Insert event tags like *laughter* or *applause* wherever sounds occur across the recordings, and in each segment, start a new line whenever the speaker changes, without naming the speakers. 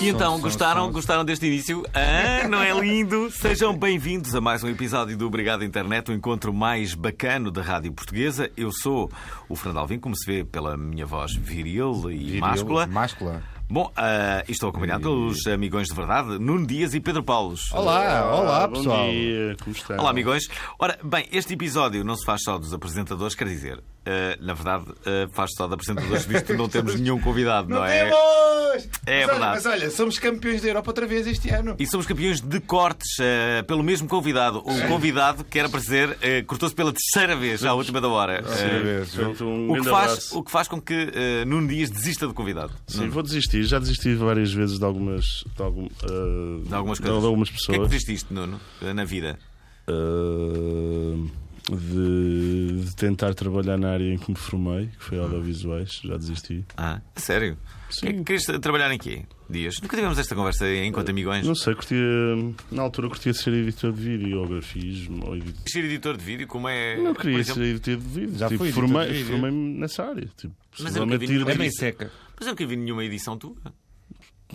E então, gostaram? Gostaram deste início? Ah, não é lindo? Sejam bem-vindos a mais um episódio do Obrigado Internet, o encontro mais bacano da rádio portuguesa. Eu sou o Fernando Alvim, como se vê pela minha voz viril e máscula.
Máscula.
Bom, ah, e estou acompanhado pelos amigões de verdade, Nuno Dias e Pedro Paulos.
Ah,
Olá, olá,
bom
pessoal.
Dia, como está?
Olá, amigões. Ora, bem, este episódio não se faz só dos apresentadores, quer dizer, ah, na verdade, ah, faz só de apresentadores, visto que não temos nenhum convidado, não,
Não
é?
temos! mas, olha,
É verdade.
mas olha, somos campeões da Europa outra vez este ano.
E somos campeões de cortes eh, pelo mesmo convidado. O convidado que era para ser eh, cortou-se pela terceira vez à última da hora. Eh,
Portanto, um
o, que
grande
faz,
abraço.
o que Hum. faz com que eh, Nuno Dias desista do convidado.
Sim, vou desistir. Já desisti várias vezes de algumas. De, algum, ah,
De algumas
de
coisas.
algumas
O que é que
pessoas.
viste isto, Nuno, eh, na vida?
Ah, de, de tentar trabalhar na área em que me formei, que foi audiovisuais. Já desisti.
Ah, a sério?
Sim.
Que Hum. é que querias trabalhar em quê, Dias? Nunca tivemos esta conversa enquanto amigões.
Eh, Não sei, curtia. Na altura curtia de ser editor de vídeo ou grafismo. Ou edit...
Ser editor de vídeo, como é.
Não
por
queria
exemplo-
ser editor de vídeo.
Já
tipo,
fui editor de
formei,
vídeo.
formei-me nessa área. Tipo,
eu nunca
possivelmente
vi nenhuma
ir-
É meio
seca.
Mas eu nunca vi nenhuma edição tua.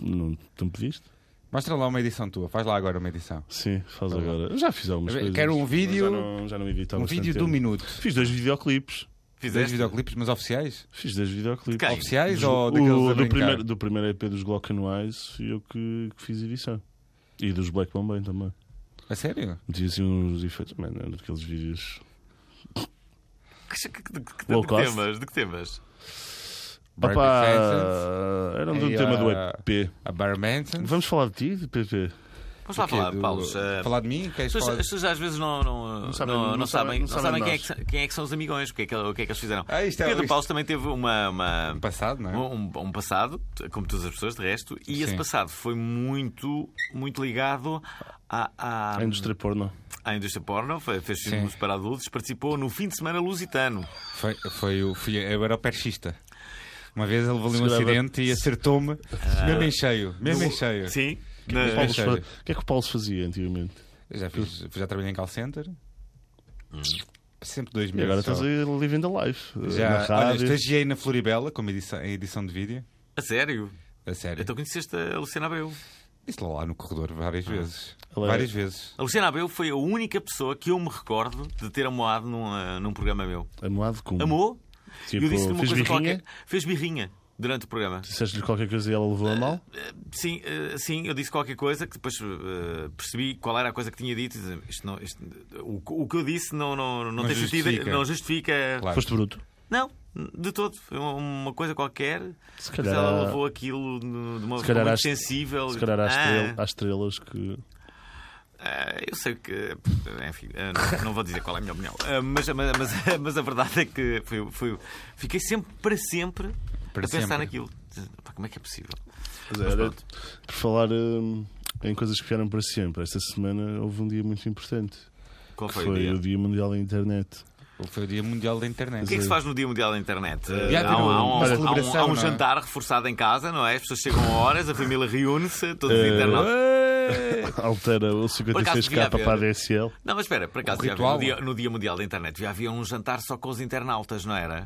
Não, não pediste?
Mostra lá uma edição tua, faz lá agora uma edição.
Sim, faz agora. Eu já fiz algumas
Eu
coisas.
quero um
mas
vídeo-
Já não, já não edito há
Um
bastante
vídeo do
tempo.
minuto.
Fiz dois videoclipes.
Dois
Fizeste?
videoclipes, mas oficiais?
Fiz dois videoclipes.
De quem?
Oficiais
Dos-
ou
o-
daqueles a
do,
brincar?
primeiro, do primeiro EP dos Glock Anuais fui eu que, que fiz edição. E dos Black Bombay também.
A sério?
Meti assim uns efeitos. Mano, era daqueles vídeos.
Que- que- que- que- que-
Low
de que
cost.
temas? De que temas?
Barbie
Opa,
Faces.
Era um do
E,
tema do
ah,
EP.
A Bar Manson?
Vamos falar de ti, de PP?
Vamos lá
O quê?
falar,
Do-
Paulo. eh,
Falar de mim? é Queres
As pessoas,
falar?
as pessoas às vezes não, não, não
sabem-
não-
não
não sabem,
sabem-
não
não sabem
sabem quem, é
nós.
que, são- quem é que são os amigões, o que é que, o que é que eles fizeram.
Ah, isto é-
Pedro
isto-
Paulo também teve uma, uma-
Um Passado, não é?
um, um passado, como todas as pessoas de resto, e esse
Sim.
passado foi muito, muito ligado à,
Ah.
à,
A indústria porno.
à indústria porno, fe- fez
Sim.
filmes para adultos, participou no fim de semana lusitano.
Foi, foi o, fui, eu era o perchista. Uma vez ele levou um
é
Segurava-
acidente e acertou-me,
Ah.
mesmo em cheio, mesmo em cheio.
Sim.
O
Na-
Paulo se fa-
sério.
O que é que o Paulo se fazia antigamente?
Eu Já, fiz, já trabalhei em call center.
Hum.
Sempre dois
E
meses.
agora
só.
estás aí living the life. Na
já, olha,
rádio.
estagiei na Floribela como edição, em edição de vídeo.
A sério.
A sério.
Então Ah. conheceste a Luciana Abreu.
Isso lá no corredor várias vezes.
Ela-
Várias vezes.
A Luciana Abreu foi a única pessoa que eu me recordo de ter amoado num, ah, num programa meu.
Amoado com.
Hum.
Amou?
Tipo,
eu disse-lhe uma
fiz
coisa
birrinha.
qualquer. Fez birrinha durante o programa.
Disseste-lhe qualquer coisa e ela levou a mal?
Sim, eh, sim, eu disse qualquer coisa que depois eh, percebi qual era a coisa que tinha dito. e disse, Isto não, isto- o, o que eu disse não, não, não,
Não
tem sentido,
justifica.
não justifica.
Claro.
Foste bruto.
Não, de todo. Foi uma- uma coisa qualquer.
Se
Mas
calhar,
ela levou aquilo no- de uma forma
se calhar
muito
às-
sensível.
se calhar há, estrela-
Ah,
há estrelas que.
ah, eu sei que. Enfim, ah, não, não vou dizer qual é a minha opinião. Ah, mas, mas, mas- *laughs* mas a verdade é que foi, foi- fiquei sempre, para sempre,
Para
a pensar
sempre.
naquilo. Pá, como é que é possível?
Mas era- por falar hum, em coisas que ficaram para sempre, esta semana houve um dia muito importante.
Qual
que foi
foi, o dia?
o Dia Mundial da Internet. *laughs*
Foi o Dia Mundial da
O
Internet.
que é que se faz no Dia Mundial da Internet?
Já
há,
teve
um,
uma
há um- há um-
celebração,
há um
não é?
jantar reforçado em casa, não é? As pessoas chegam a horas, a família reúne-se, todos os
Eh,
internautas.
Altera o
acaso devia
56K
haver.
para a DSL.
Não, mas espera, por acaso,
um
já havia, no,
ritual.
dia, no Dia Mundial da Internet já havia um jantar só com os internautas, não era?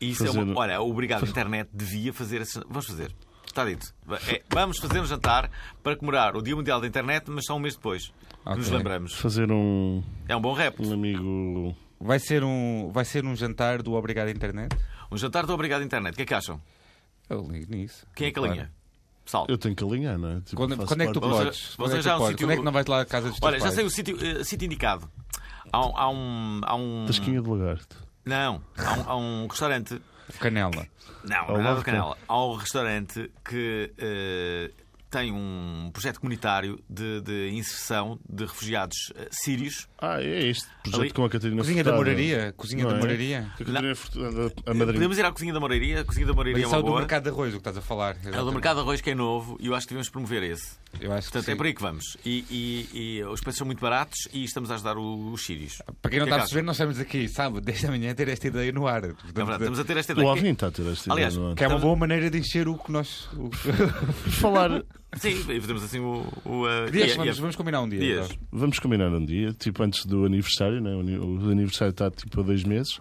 E Isso é
Fazer-
uma, olha, obrigado, a internet devia fazer esse. Vamos fazer. Está dito. É, vamos fazer um jantar para comemorar o Dia Mundial da Internet, mas só um mês depois. que Nos
Ok.
lembramos.
Fazer um,
É um bom repto.
um amigo.
Vai ser um, vai ser um jantar do Obrigado Internet?
Um jantar do Obrigado Internet. O que é que acham?
Eu ligo nisso.
Quem é que
Claro.
alinha? Pessoal.
Eu tenho que alinhar, não é? Tipo,
Quando,
faço
quando é que tu
parte-
Vocês-
podes? Quando
vocês
é que tu
já há um
podes?
sítio-
Quando é que não vais lá à casa dos teus
Olha, já
pais?
sei o sítio, eh, sítio indicado. Há um. Há um, há um-
Tasquinha de lagarto.
não, há um, há um restaurante.
Canela.
Não,
Ao
não é nada
lado
de canela. Há um restaurante que eh, tem um projeto comunitário de, de inserção de refugiados eh, sírios.
Ah, é este projeto
Ali-
com a Catarina
Cozinha da
Furtado.
Moraria. Cozinha
Não
da
é?
Moraria.
A Catarina Furtado, a madrinha.
Podemos ir à Cozinha da Moreiria. A Cozinha da Moreiria
Mas
é
isso é
uma
o do
boa.
mercado de arroz, o que estás a falar.
É o do mercado de arroz que é novo e eu acho que devemos promover esse.
Eu acho que
Portanto, é
sim.
por aí que vamos. E, e- e os preços são muito baratos e estamos a ajudar o- os sírios.
Para quem
O que é
não está a
que achas?
perceber, nós estamos aqui, sabe, desde a manhã a ter esta ideia no ar.
É verdade, estamos a ter esta
O
ideia.
OVNI está a ter esta
Aliás,
ideia, não é?
Que é uma
Estamos-
boa maneira de encher o que nós. O...
*laughs*
Por
*laughs*
falar,
Sim, e fazemos assim o. o, uh,
Dias,
e- e-
vamos, vamos combinar um dia.
Dias.
Eduardo.
vamos combinar um dia, tipo antes do aniversário, né? O ani- o aniversário está tipo a dois meses.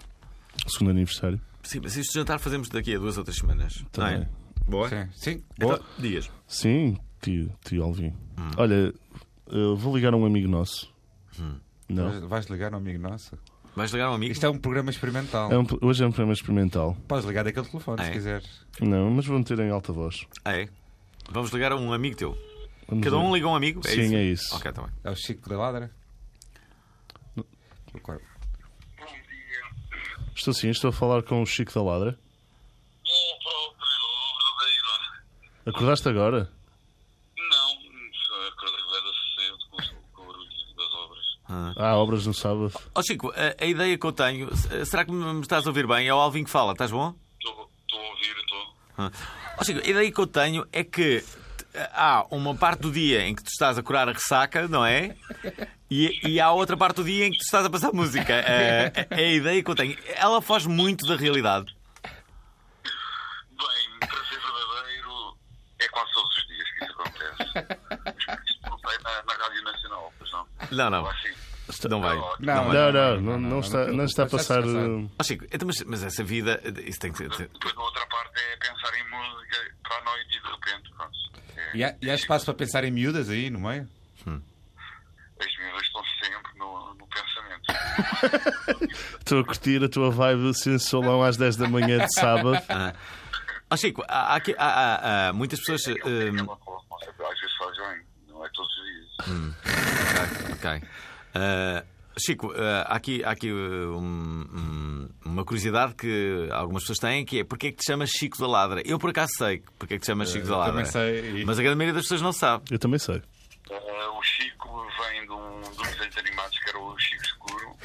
O segundo aniversário.
Sim, mas este jantar fazemos daqui a duas ou três semanas.
Tá
não é?
bem.
Boa.
Sim, sim.
Então, dias.
Sim, tio, tio Alvin. Olha, eu vou ligar a um amigo nosso. Não.
Vais- Vais ligar ao amigo nosso?
Vais ligar um amigo?
Isto é um programa experimental.
É um- hoje é um programa experimental.
Podes ligar daquele telefone
É.
se quiser.
Não, mas vou meter em alta voz.
É. Vamos ligar a um amigo teu.
Vamos
Cada
ver.
um liga um amigo?
Sim,
isso?
é isso.
Ok, está bem.
É o Chico da Ladra? Claro.
Bom dia.
Estou sim, estou a falar com o Chico da Ladra.
O próprio, o verdadeiro.
Acordaste agora?
Não, é eu acordei que era cedo com o- com o barulho das obras.
Há obras no sábado.
Ó Chico, a, a ideia que eu tenho, se- será que me me estás a ouvir bem? É o Alvin que fala, estás bom?
Estou estou a ouvir, estou.
Ah. Ó Chico, a ideia que eu tenho é que t- há uma parte do dia em que tu estás a curar a ressaca, não é? E, e há outra parte do dia em que tu estás a passar música. É, é a ideia que eu tenho. Ela foge muito da realidade.
Bem, para ser verdadeiro, é quase todos os dias que isso acontece. Desculpei na, na Rádio Nacional, pois não?
Não, não.
Ou assim.
Não vai.
Não,
Não,
vai.
Não, não, não,
não,
não está,
não,
não está a
não está
passar.
descansado.
uh,
Ó Chico, então, mas, mas essa vida, isso tem que ser. tem-
Depois, a outra parte é pensar em música para a noite e de repente, pronto. É,
E há, e há espaço para pensar em miúdas aí no meio?
As miúdas estão sempre no, no pensamento.
Estou a curtir a tua vibe sensualão às 10 da manhã de sábado.
ah. Ó Chico, há, há aqui- há- há- há muitas pessoas. hum,
Aquela É coisa, Às vezes faz bem, não é todos os dias.
Ok. Ah, Chico, ah, há aqui, há aqui ah, um- um- uma curiosidade que algumas pessoas têm, que é porque é que te chamas Chico da Ladra? Eu por acaso sei porque é que te
Ah,
chamas Chico da Ladra.
também sei.
Mas a grande maioria das pessoas não sabe.
Eu também sei.
Eh, o Chico vem de um de um desenho animados que era o Chico Escuro.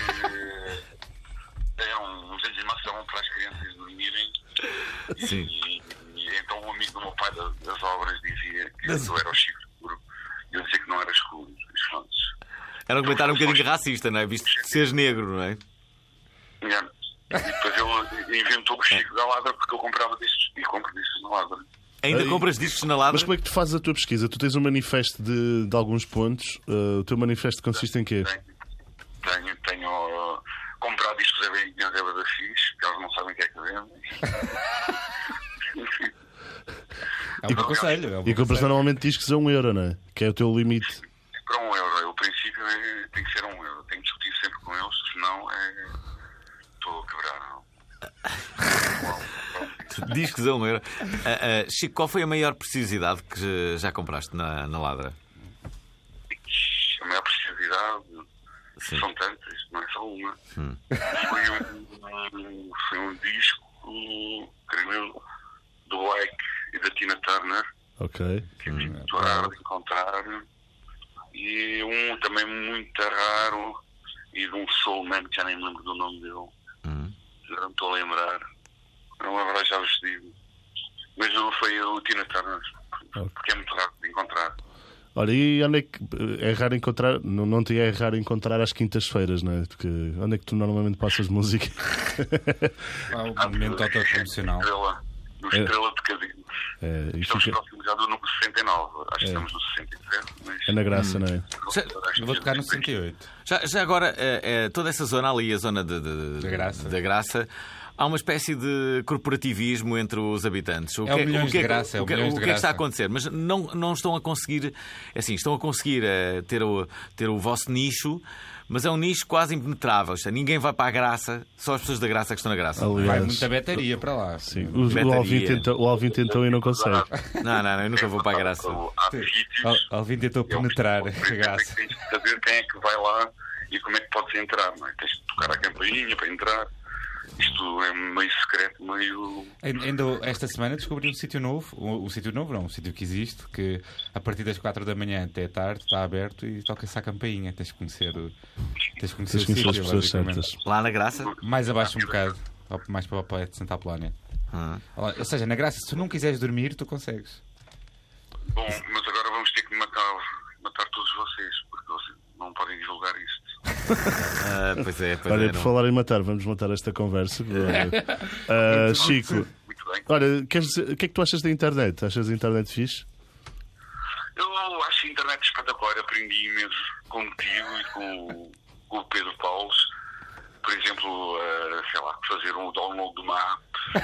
que Era um desenho de animação para as crianças dormirem.
Sim.
E, e então um amigo do meu pai da- das obras dizia que eu era o Chico Escuro. E eu dizia que não era escuro. Os fãs.
Era um comentário um bocadinho racista, não é? Visto que seres negro, não é?
Yeah. E depois ele inventou o Chico da Ladra porque eu comprava discos e compro discos na Ladra.
Ainda
Ai.
compras discos na Ladra?
Mas como é que tu fazes a tua pesquisa? Tu tens um manifesto de, de alguns pontos. Uh, o teu manifesto consiste em quê?
Tenho, tenho, tenho uh, comprado discos a bem na Reba da Fiz, que eles não sabem o que é que vendem.
É um bom conselho. É um bom
E compras
conselho.
normalmente discos a um euro, não é? Que é o teu limite.
Para um euro, o princípio é, tem que ser um euro. Tenho que discutir sempre com eles, senão é, estou a quebrar. Não.
Discos a um euro. Ah, ah, Chico, qual foi a maior preciosidade que já- já compraste na, na Ladra?
A maior preciosidade
Sim.
são tantas, não é só uma. Foi, um, foi um disco, creio eu, do Like e da Tina Turner.
Ok.
muito raro de encontrar e um também muito raro e de um soulman que já nem me lembro do nome dele
Hum.
já não me estou a lembrar não haverá já vos digo mas o- foi o Tina Turner porque é muito raro de encontrar
Olha, e onde é que é raro encontrar? Não, não te é raro encontrar às quintas-feiras, não é? Porque onde é que tu normalmente passas música? *laughs*
Há um momento
é
autopromocional.
Estrela no Estrela Pecadinho
É, e
estamos
fica.
próximos já do número 69
É.
acho que estamos no 67 mas
É na graça, não é?
Já-
Eu vou tocar no 68.
Já, já agora, eh, eh, toda essa zona ali, a zona de, de-
Da Graça.
da Graça, há uma espécie de corporativismo entre os habitantes. O
É o milhões de
que,
graça, é o
o que,
milhões de
o que é que está a
graça.
acontecer? Mas não, não estão a conseguir, assim, estão a conseguir eh, ter, o, ter o vosso nicho, mas é um nicho quase impenetrável. Isto é, ninguém vai para a graça, só as pessoas da graça é que estão na graça.
Vai
Aliás,
muita bateria para lá.
sim, o, o,
Metaria.
Alvin tenta, o Alvin tentou e não consegue.
Não, não, não, eu nunca vou para a graça.
Há sítios
Al- Alvin tentou
É um
penetrar *laughs*
tipo de
graça.
Tens de saber quem é que vai lá e como é que podes entrar, não é? Tens de tocar a campainha para entrar. Isto é meio secreto, meio.
Ain- Ainda esta semana descobri um sítio novo, um, um sítio novo não, um sítio que existe, que a partir das 4 da manhã até tarde está aberto e toca-se à campainha. Tens de conhecer, o- tens de conhecer,
Tens de
o
conhecer as
sítio,
pessoas
basicamente.
certas.
Lá na graça?
Mais abaixo um bocado, ao- mais para o Poeta de Santa Apolónia.
Ah,
Olha, Ou seja, na graça, se tu não quiseres dormir, tu consegues.
Bom, mas agora vamos ter que matar, matar todos vocês, porque vocês não podem divulgar isto.
Ah, pois é, pois é.
Olha, por
não-
falar em matar, vamos matar esta conversa.
*laughs*
Ah, Chico,
Muito bem.
olha, queres dizer- o que é que tu achas da internet? Achas a internet fixe?
Eu acho a internet espetacular, aprendi imenso contigo e com, com o Pedro Paulos. Por exemplo, eh, sei lá, fazer um download de uma app,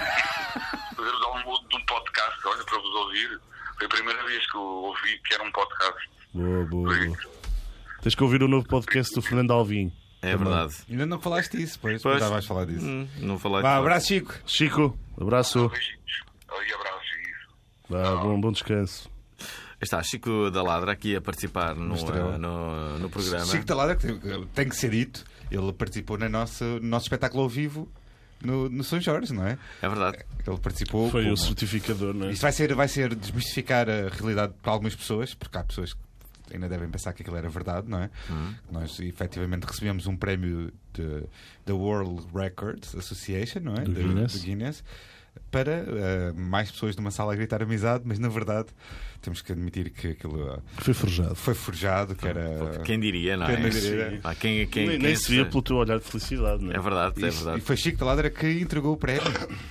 *laughs* fazer o download de um podcast, olha, para vos ouvir. Foi a primeira vez que eu ouvi que era um podcast.
Boa, boa,
Foi-
boa. Tens que ouvir o novo podcast do Fernando Alvim.
É verdade.
Ainda não falaste disso, pois,
Pois.
pois. já vais falar disso.
Hum, Não falei
Vá,
de-
abraço, Chico.
Chico, abraço.
Beijinhos. E abraços. e isso.
Vá, bom, bom descanso.
Está Chico da Ladra aqui a participar no, eh, no, no programa.
Chico Talada, que tem que ser dito, ele participou na nossa, no nosso espetáculo ao vivo no, no São Jorge, não é?
É verdade.
Ele participou.
Foi
como-
o certificador, não é?
Isto vai ser, vai ser desmistificar a realidade para algumas pessoas, porque há pessoas que ainda devem pensar que aquilo era verdade, não é?
Hum.
Nós efetivamente recebemos um prémio de- da World Records Association, não é?
Do
Da-
Guinness.
do Guinness, para eh, mais pessoas numa sala a gritar amizade, mas na verdade temos que admitir que aquilo ah,
é-
Foi forjado.
foi forjado, que era.
Quem diria, não é?
Quem diria?
Pá, quem, quem,
Nem,
quem
nem se via
se-
pelo teu olhar de felicidade, não é?
É verdade, é
Isso- E
verdade.
foi Chico da Ladra que entregou o prémio.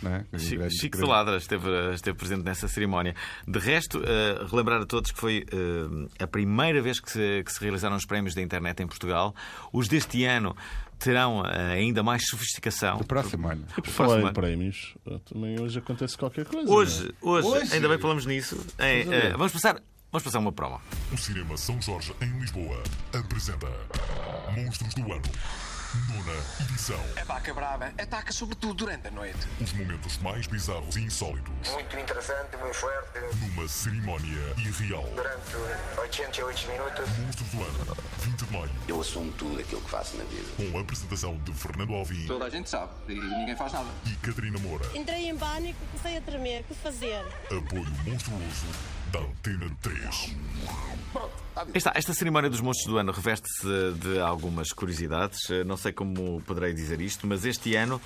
não é?
Chico-
Grande-
Chico de
grande-
Ladra esteve, eh, esteve presente nessa cerimónia. De resto, eh, relembrar a todos que foi eh, a primeira vez que se, que se realizaram os prémios da internet em Portugal. Os deste ano terão eh, ainda mais sofisticação.
Do próximo ano.
E por falar
Próximo
em
ano.
prémios, ah, também hoje acontece qualquer coisa. é?
Hoje, hoje,
Hoje?
ainda bem que falamos nisso. eh, eh, vamos, passar, vamos passar uma prova.
O Cinema São Jorge, em Lisboa, apresenta Monstros do Ano, nona edição.
A vaca brava ataca É sobretudo durante a noite.
Os momentos mais bizarros e insólitos
Muito interessante, muito forte,
numa cerimónia irreal.
durante 88 minutos.
Monstros do Ano, 20 de maio,
Eu assumo tudo aquilo que faço na vida.
com a apresentação de Fernando Alvim
Toda a gente sabe e ninguém faz nada.
e Catarina Moura.
Entrei em pânico, comecei a tremer. O que fazer?
Apoio monstruoso da Antena 3.
Esta, esta cerimónia dos monstros do ano reveste-se de algumas curiosidades. Eh, Não sei como poderei dizer isto, mas este ano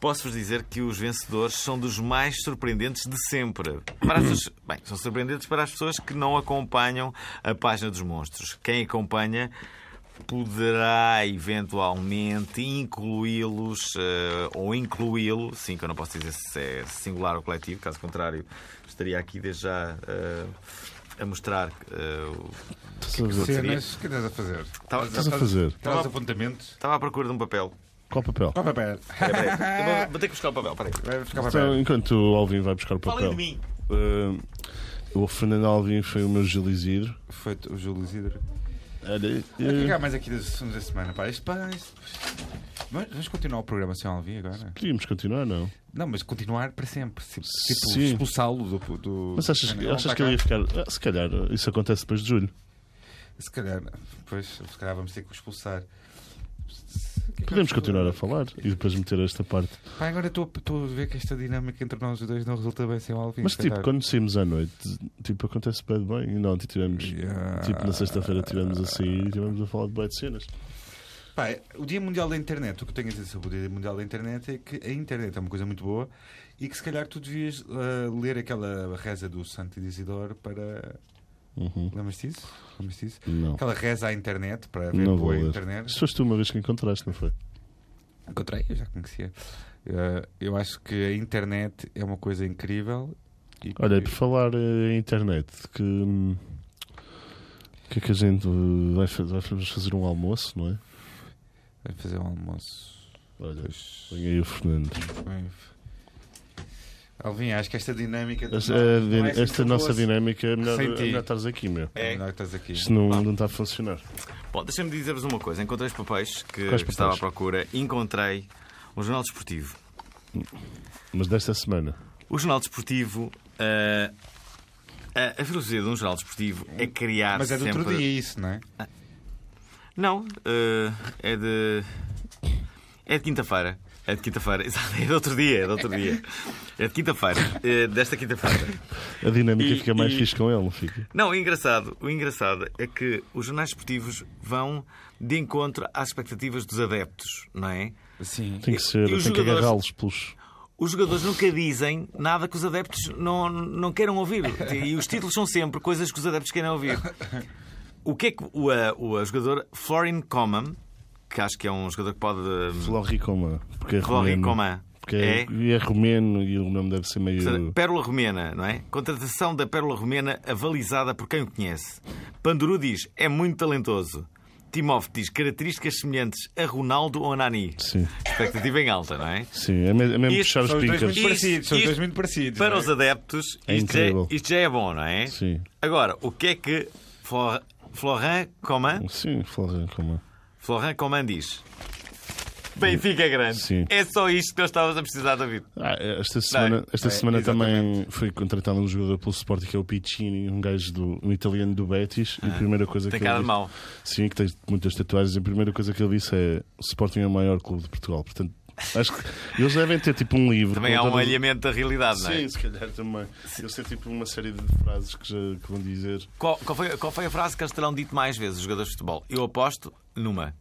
posso-vos dizer que os vencedores são dos mais surpreendentes de sempre. Para as pessoas- bem, são surpreendentes para as pessoas que não acompanham a página dos monstros. Quem acompanha poderá eventualmente incluí-los eh, ou incluí-lo, sim, que eu não posso dizer se é singular ou coletivo, caso contrário, estaria aqui desde já eh, a mostrar eh, o
Estás a ver?
Cenas, o que estás a fazer?
Estava,
Estás a fazer?
Traz apontamentos.
estava à procura de um papel.
Qual é papel?
Qual papel?
Espera aí,
Ah.
eu vou, vou ter que buscar o papel. Peraí.
Vai buscar papel.
Então, enquanto o Alvin vai buscar o papel.
Falem de mim.
ah, o Fernando Alvim foi o meu gilizir.
Foi o Júlio Isidro.
Olha,
O que é que
eh,
há mais aqui das assuntos da semana? Pá, isto, pá, isto- Vamos vamos continuar o programa sem Alvin agora?
podíamos continuar, não?
Não, mas continuar para sempre. Tipo, tipo,
Sim.
expulsá-lo do, do.
Mas achas,
Não, não
achas
está
que ele ia
cá.
ficar. Ah, se calhar, isso acontece depois de julho.
Se calhar, pois, se calhar vamos ter que o expulsar.
Podemos continuar a falar e depois meter esta parte.
Pá, agora estou estou a ver que esta dinâmica entre nós os dois não resulta bem sem o Alvin.
Mas
se
tipo,
calhar.
quando saímos à noite, tipo, acontece bem bem. E não, ontem tivemos.
Yeah.
Tipo, na sexta-feira estivemos a sair e estivemos a falar de bem de cenas.
Pá, o Dia Mundial da Internet, o que eu tenho a dizer sobre o Dia Mundial da Internet é que a internet é uma coisa muito boa e que se calhar tu devias ah, ler aquela reza do Santo Isidoro para. Lembras-te disso? Lembras disso?
Uhum. Não.
Aquela reza à internet para ver
Não vou
boa
ler.
internet.
Isso foste tu uma vez que encontraste, não foi?
Encontrei, eu já conhecia. Ah, eu acho que a internet é uma coisa incrível. E que-
Olha, e por falar eh, em internet, que. hum, O que é que a gente eh, vai fazer? Vamos fazer um almoço, não é?
Vamos fazer um almoço.
Olha, põe aí o Fernando.
Bem, Alvin, acho que esta dinâmica. do-
Esta,
não é assim
eh, esta
que
nossa
fosse.
dinâmica é melhor, é
Sem ti.
melhor estares aqui, meu.
É melhor que estás aqui.
Isto não, não está a funcionar.
Bom, deixa-me dizer-vos uma coisa. Encontrei os papéis que
Quais papéis?
estava à procura. Encontrei um jornal desportivo.
Mas desta semana.
O jornal desportivo... ah, a, a filosofia de um jornal desportivo é criar
Mas é do
sempre...
outro dia isso, não é?
Não, eh, é de. É de quinta-feira. É de quinta-feira, *laughs* exato, é de outro dia, é de outro dia. É de quinta-feira, eh, desta quinta-feira.
A dinâmica
E-
fica mais
e-
fixe com ele, não fica?
Não, o engraçado, o engraçado é que os jornais esportivos vão de encontro às expectativas dos adeptos, não é?
Sim.
Tem que ser,
e os
tem que
jogadores?
agarrá-los pelos.
Os jogadores nunca dizem nada que os adeptos não, não queiram ouvir. E os títulos são sempre coisas que os adeptos querem ouvir. O que é que o, eh, o jogador Florin Coman, que acho que é um jogador que pode. eh,
Flori Coman. Porque é
Flori
romeno.
Coman.
Porque é, é romeno e o nome deve ser meio.
Portanto, Pérola Romena, não é? Contratação da Pérola Romena avalizada por quem o conhece. Panduru diz, é muito talentoso. Timov diz, características semelhantes a Ronaldo ou a Nani.
Sim,
Expectativa em alta, não é?
sim. É mesmo, é
Isto
mesmo puxar os
São os dois
pincas.
muito parecidos. São os
Isto-
dois muito parecidos.
Para
não é?
os adeptos,
É
isto, já,
incrível.
isto já é bom, não é?
Sim,
Agora, o que é que Flor- Florent Coman,
sim, Flori Coman.
Florent Coman diz? Benfica grande.
Sim.
É só isto que nós estávamos a precisar, David.
Ah, esta semana, esta
é,
semana também foi contratado um jogador pelo Sporting que é o Piccini, um gajo do um italiano do Betis. e a primeira coisa
Ah. Tem
que
cara
ele
de
disse-
mau.
Sim, que tem muitas tatuagens. A primeira coisa que ele disse é: o Sporting é o maior clube de Portugal. Portanto, acho que eles devem ter tipo um livro.
Também
com
há um
todas-
alinhamento da realidade, não é?
Sim, se calhar também. Eles têm tipo uma série de frases que, já, que vão dizer.
Qual, qual foi, qual foi a frase que eles terão dito mais vezes, os jogadores de futebol? Eu aposto numa.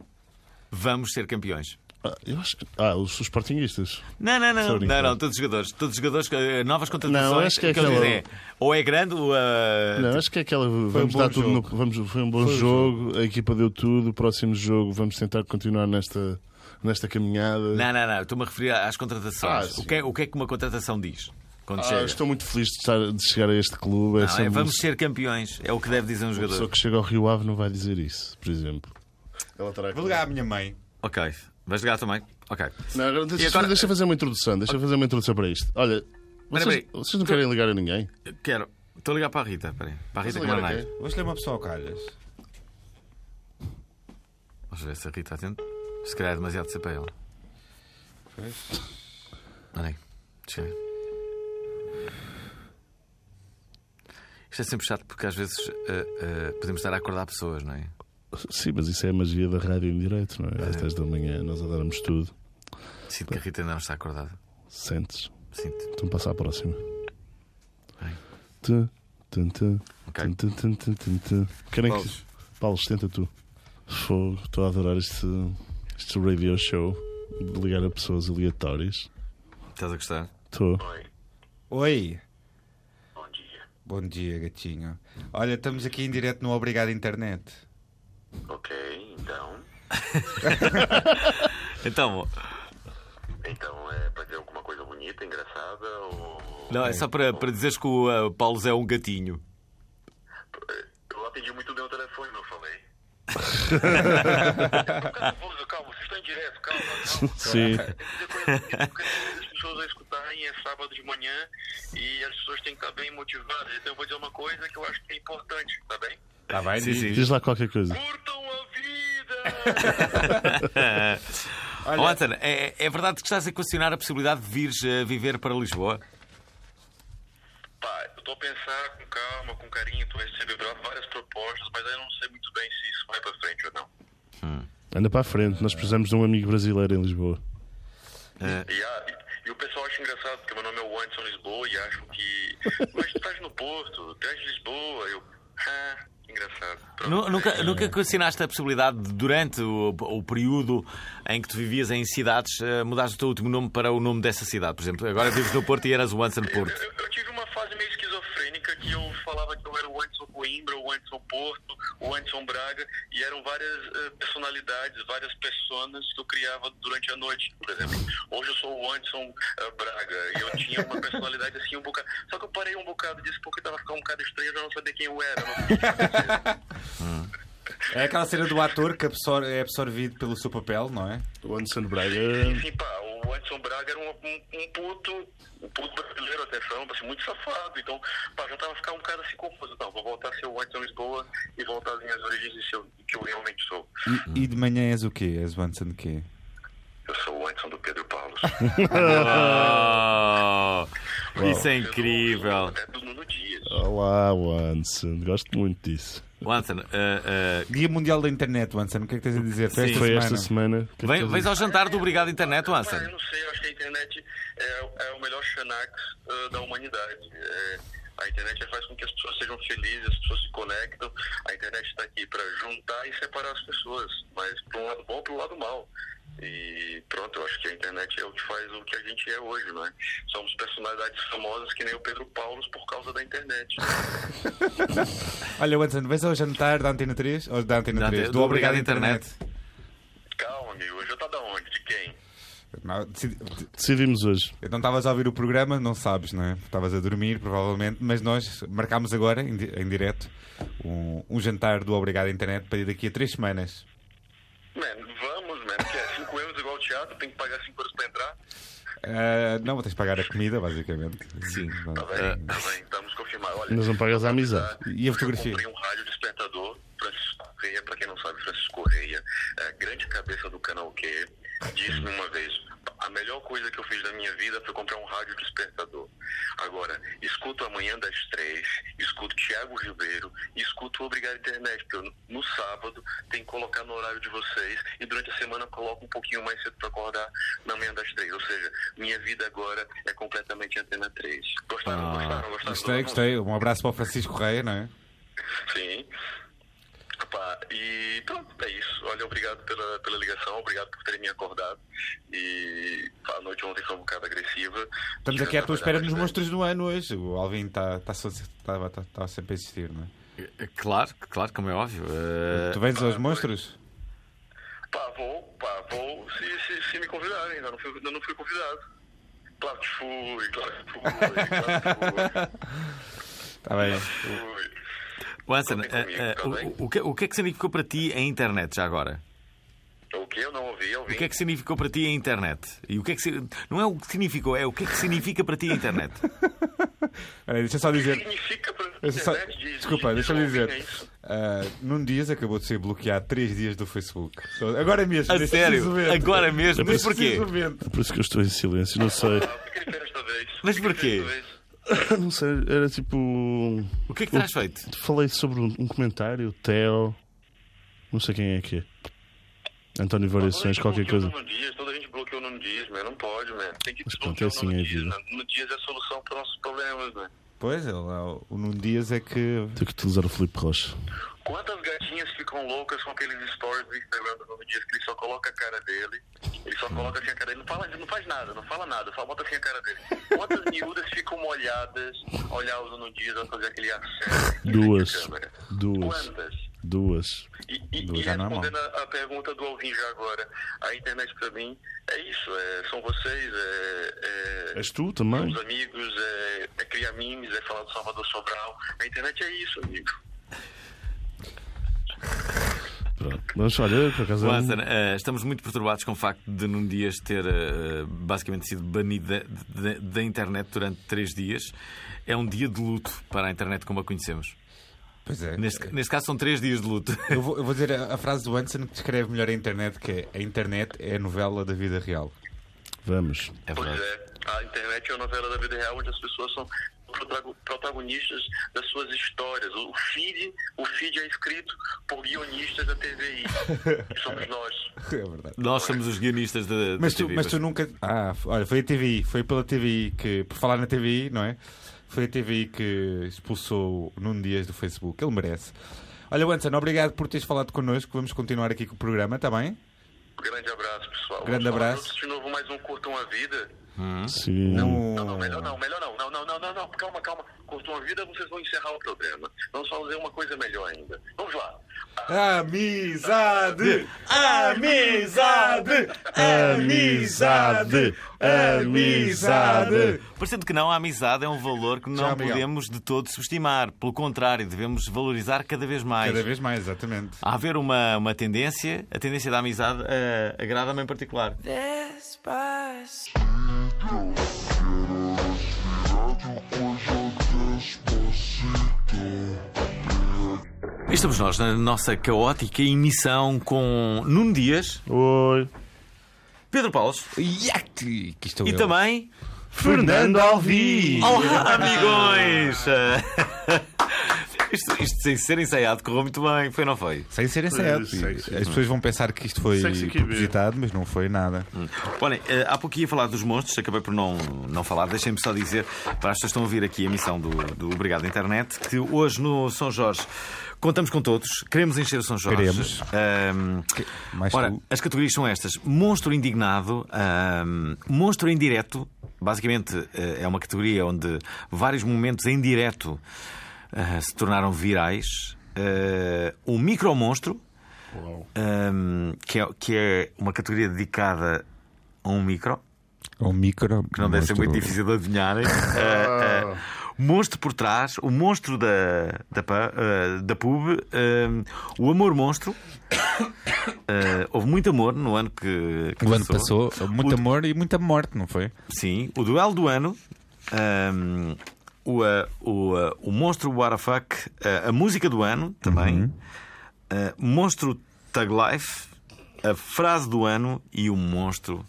Vamos ser campeões.
Ah, eu acho que. Ah, os, os Sportingistas.
Não, não,
Só
não. Não,
brincar.
não, todos os jogadores. Todos os jogadores, eh, novas contratações.
Não, acho que é
eles
aquela-
dizem é, ou é grande ou. eh,
Não, acho que é aquela. Vamos
bom
dar tudo no.
jogo.
Vamos, foi um bom jogo, a equipa deu tudo. O próximo jogo vamos tentar continuar nesta, nesta caminhada.
não, não, não, Estou-me a referir às
Ah,
contratações.
sim.
o, que é, o que é que uma contratação diz? Quando
Ah,
chega?
estou muito feliz de, estar- de chegar a este clube. é
Não, é,
sempre
vamos ser campeões. É o que deve dizer um
uma
jogador.
pessoa que chega ao Rio Ave não vai dizer isso, por exemplo. Ela terá que-
Vou ligar à minha mãe.
Ok. Vais jogar também? Ok.
Não, agora deixa,
E agora-
deixa eu fazer uma introdução. Deixa eu fazer uma introdução para isto. Olha, vocês,
peraí.
vocês não querem ligar a ninguém?
Eu Quero. Estou a ligar para a Rita. Peraí. Para a Rita
Vamos ligar a
Camarneiro.
quem?
Vou escolher uma pessoa ao calhas.
Vamos ver se a Rita atende. Se calhar é demasiado cedo para ela. Olha aí. Deixa eu ver. Isto é sempre chato porque às vezes ah, ah, podemos estar a acordar pessoas, não é?
Sim, mas isso é a magia da rádio em direto, não é? Às 10 da manhã nós adarmos tudo.
Sinto que a Rita ainda não está acordada.
Sentes.
Sinto.
Então passa à próxima.
Bem.
Tu, tu, tu,
Ok.
tu, tu, tu, tu, tu, tu. Querem que.
Paulo.
Paulo, tenta tu. Fogo, estou a adorar este, este radio show de ligar a pessoas aleatórias.
Estás a gostar?
Estou.
Oi.
Bom dia.
Bom dia, gatinho. Olha, estamos aqui em direto no Obrigado Internet.
Ok, então.
Então,
Então é para dizer alguma coisa bonita, engraçada ou.
não, é só para, para dizeres que o ah, Paulo Zé é um gatinho.
Eu atendi muito bem o telefone, não falei. calma, calma, vocês estão em direto, calma, calma.
Sim.
Depois, as pessoas a escutarem é sábado de manhã e as pessoas têm que estar bem motivadas. Então eu vou dizer uma coisa que eu acho que é importante, tá bem?
Tá bem?
Sim, sim.
Diz lá qualquer coisa.
Curtam a vida!
Olha... é, é verdade que estás a questionar a possibilidade de vires ah, viver para Lisboa?
Pá, eu tô a pensar com calma, com carinho, tô recebendo várias propostas, mas aí eu não sei muito bem se isso vai pra frente ou não.
Anda para a frente, nós precisamos de um amigo brasileiro em Lisboa.
E, a- e- e o pessoal acha engraçado, porque meu nome é o Anderson Lisboa e acham que. Mas tu estás no Porto, tu és de Lisboa. Eu. Ah, engraçado. Pronto.
Nu- Nunca, nunca questionaste a possibilidade de, durante o, o período em que tu vivias em cidades, eh, mudares o teu último nome para o nome dessa cidade, por exemplo. Agora vives no Porto e eras o Anson
Eu, *laughs*
Porto.
eu- eu tive uma fase meio esquizofrênica que eu falava que eu era o Anderson Coimbra, o Anderson Porto, o Anderson Braga, e eram várias eh, personalidades, várias personas que eu criava durante a noite, por exemplo. Hoje eu sou o Anderson eh, Braga, e eu tinha uma personalidade assim um bocado. Só que eu parei um bocado disso porque tava ficando um bocado estranho, eu não sabia quem eu era. eu não-
É aquela cena do ator que absor- é absorvido pelo seu papel, não é?
O Anderson Braga.
Sim, pá, o Anderson Braga era um, um, um puto, um puto brasileiro, atenção, assim, muito safado. Então, pá, já tava ficando um cara assim confuso. Não, vou voltar a ser o Anderson Lisboa e voltar às minhas origens e ser o que eu realmente sou.
E, e de manhã és o quê? És o Anderson quê?
Eu sou o Anderson do Pedro Paulo.
Oh, isso é incrível.
É do Nuno Dias.
Olá, o Anderson. Gosto muito disso.
Watson, ah, ah,
Dia Mundial da Internet, Anderson. O que é que tens a dizer? Foi
Sim.
esta
Foi
semana.
esta semana. que
vem-
teve-
vens ao jantar do Obrigado Internet,
Ah, eu
Watson.
não sei, eu acho que a internet é, é o melhor Xanax ah, da humanidade. É, a internet faz com que as pessoas sejam felizes, as pessoas se conectam. A internet está aqui para juntar e separar as pessoas, mas para um lado bom e para o lado mal. E pronto, eu acho que a internet é o que faz o que a gente é hoje, né? Somos personalidades famosas que nem o Pedro Paulo por causa da internet.
Olha, Anderson, vais ao jantar da Antena 3? Ou da Antena
Da
3?
Ante- do Obrigado Internet.
Calma, amigo, hoje eu tá da onde? De quem?
Não, decidi-
Decidimos hoje.
Então estavas a ouvir o programa, não sabes, não é? Estavas a dormir, provavelmente, mas nós marcámos agora, em, di- em direto, um, um jantar do Obrigado Internet para ir daqui a três semanas.
Man, vamos, man, que é 5 euros igual ao teatro, tem que pagar 5 euros pra entrar.
Ah, não, tens de pagar a comida, basicamente. Sim.
Tá bem, tá bem, vamos confirmar. Olha,
Mas não pagas a amizade.
E a fotografia?
Eu comprei um rádio despertador, Francisco Correia, pra quem não sabe, Francisco Correia, é, grande cabeça do canal Q,
Uhum.
disse-me uma vez, a melhor coisa que eu fiz na minha vida foi comprar um rádio despertador. Agora, escuto Amanhã das Três, escuto Tiago Ribeiro, e escuto Obrigado Internet, porque eu, no sábado tem que colocar no horário de vocês, e durante a semana eu coloco um pouquinho mais cedo pra acordar na Manhã das Três. Ou seja, minha vida agora é completamente Antena 3. Gostaram, gostaram, gostaram?
Ah, Gostei,
do
gostei. Um abraço para o Francisco Reia, não é?
Sim. Pá, e pronto, é isso. Olha, obrigado pela, pela ligação, obrigado por terem me acordado. E pá, a noite ontem foi um bocado agressiva.
Estamos
Tive
aqui à
a
tua espera
trabalhar
nos monstros
bastante.
do ano hoje. O Alvin está tá, só- tá- tá- tá sempre a insistir, não é?
Claro, claro, como é óbvio. Ah,
Tu vens aos monstros?
Pá, vou, pá, vou, se, se, se me convidarem, ainda não fui, ainda não fui convidado. Claro que fui, claro que fui, claro
Está Tá bem.
que fui.
Watson,
contem comigo,
ah, ah,
tá bem?
o, o que, o que é que significou para ti a internet já agora?
O que eu não ouvi, eu ouvi.
O que é que significou para ti a internet? E o que é que si- não é o que significou, é o que é que significa para ti a
*laughs*
internet.
Olha, deixa eu só dizer.
significa pra
Eu só-
internet de- de-
Desculpa,
de
deixa eu
jovem,
dizer.
é isso?
Ah, num dias acabou de ser bloqueado três dias do Facebook. Só- Agora mesmo.
A
nesse
sério,
É preciso momento.
agora mesmo. Mas
Nesse
porquê?
preciso momento.
É Por isso que eu estou em silêncio. Não sei.
Ah, por que ele fez desta vez?
Mas
Por que ele
porquê?
fez desta vez?
*laughs* Não sei. Era tipo.
O que é que terás feito?
Falei sobre um, um comentário, Theo. Não sei quem é que é. António Variações,
Toda gente
qualquer coisa.
bloqueia o Nuno Dias, toda gente bloqueou o Nuno Dias, né? Não pode, né? Tem que
Mas
desbloquear
pronto, é assim
o Nuno
a
Dias,
vida.
né? Nuno Dias é a solução para os nossos problemas, né?
Pois, ele- é o num dias é que.
Tenho que utilizar o Filipe Rocha.
Quantas gatinhas ficam loucas com aqueles stories do Instagram do Nuno Dias que ele só coloca a cara dele, ele só coloca assim a cara dele, não, fala, não faz nada, não fala nada, só bota assim a cara dele. Quantas miúdas ficam molhadas a olhar o Nuno Dias a fazer aquele acento?
Duas.
de câmera?
Duas.
Quantas?
Duas.
E, e,
Duas
e
já não é mal.
respondendo a, a pergunta do Alvin já agora, a internet pra mim é isso, é- são vocês, é, é,
És tu também?
os amigos, é, é criar memes, é falar do Salvador Sobral. A internet é isso, amigo.
Pronto. Mas olha,
Então-
por acaso. é um-
Watson, ah, estamos muito perturbados com o facto de Nuno Dias ter ah, basicamente sido banido da, da- da internet durante três dias. É um dia de luto para a internet como a conhecemos.
Pois é.
Neste, neste caso, são três dias de luto.
Eu vou, eu vou dizer a, a frase do Anderson que descreve melhor a internet, que é a internet é a novela da vida real. *laughs*
Vamos.
É
Pois
verdade.
é, a internet é uma novela da vida real onde as pessoas são protago- protagonistas das suas histórias. O feed, o feed é escrito por guionistas da TVI. que Somos nós.
É verdade.
Nós somos os guionistas da, da
Mas tu,
TV,
mas tu nunca. Ah, f- olha, foi a TVI, foi pela TVI que. Por falar na TVI, não é? Foi a TVI que expulsou o Nuno Dias do Facebook. Ele merece. Olha, Wanson, obrigado por teres falado connosco. Vamos continuar aqui com o programa, está bem?
Grande abraço, pessoal.
Grande
Vamos falar
abraço.
juntos De novo, mais um Curtam a Vida.
Se...
Não,
Não, melhor não, melhor não, não, não, não, não, não, calma, calma. Cortou a vida, vocês vão encerrar o programa. Vamos só dizer uma coisa melhor ainda. Vamos lá.
Um Amizade!
Amizade!
Amizade! Amizade!
Parecendo que não, a amizade é um valor que não
Tchau, Miguel.
podemos de todo subestimar. Pelo contrário, devemos valorizar cada vez mais.
Cada vez mais, exatamente.
Há haver uma, uma tendência, a tendência da amizade eh, agrada-me em particular. Estamos nós na nossa caótica emissão com Nuno Dias,
Oi!
Pedro Paulos
Yati! Que é estou
e
eu.
também.
Fernando Alvi!
Olá, amigões! *laughs* isto, isto sem ser ensaiado correu muito bem, foi ou não foi?
Sem ser ensaiado.
Sexy.
As pessoas vão pensar que isto foi
Sexy que é.
propositado, mas não foi nada.
Olhem, eh, há pouco ia falar dos monstros, acabei por não, não falar. Deixem-me só dizer, para as pessoas que estão a ouvir aqui a missão do, do Obrigado Internet, que hoje no São Jorge contamos com todos, queremos encher o São Jorge.
Queremos.
Ahm,
Mais
ora,
tu.
as categorias são estas: Monstro Indignado, ahm, Monstro em Direto. Basicamente, eh, é uma categoria onde vários momentos em direto ah, se tornaram virais. Ah, o Micro Monstro. Ahm, que, é, que é uma categoria dedicada a um micro,
Ou micro.
que não deve ser muito difícil de
*laughs*
adivinhar. hein? Ah, ah, monstro por trás, o monstro da, da, pa- ah, da pub, ahm, o amor monstro. *coughs* Ah, houve muito amor no ano que, que
O ano passou, muito amor e muita morte, não foi?
Sim, o duelo do ano. ahm, o, ah, o, ah, o monstro What the Fuck, ah, a música do ano também,
Uhum.
ah, monstro Tag Life, a frase do ano e o monstro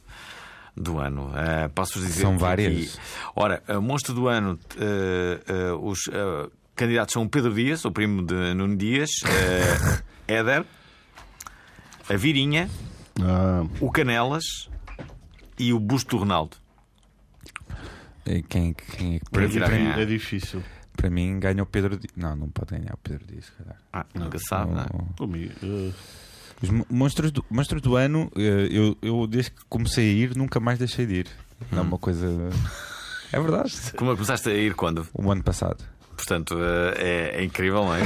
do ano. Ah, Posso-vos dizer
São
que
várias.
aqui- Ora, o monstro do ano, ah, ah, os ah, candidatos são o Pedro Dias, o primo de Nuno Dias,
*laughs*
ah, Éder, a Virinha,
Ah,
o Canelas e o Busto do Ronaldo.
Eh, Quem, quem é que
Para
para,
virar
mim-
ganhar.
é difícil.
para mim ganha o Pedro Dias. Não, não pode ganhar o Pedro Dias, se calhar.
Ah, nunca sabe, não é?
Ou-
Comigo. eh,
Os mo- monstros do, monstros do ano, eh, eu, eu desde que comecei a ir, nunca mais deixei de ir. É uma coisa. É verdade.
Como é que começaste a ir quando?
O ano passado.
Portanto, eh, é, é incrível, *laughs* não é?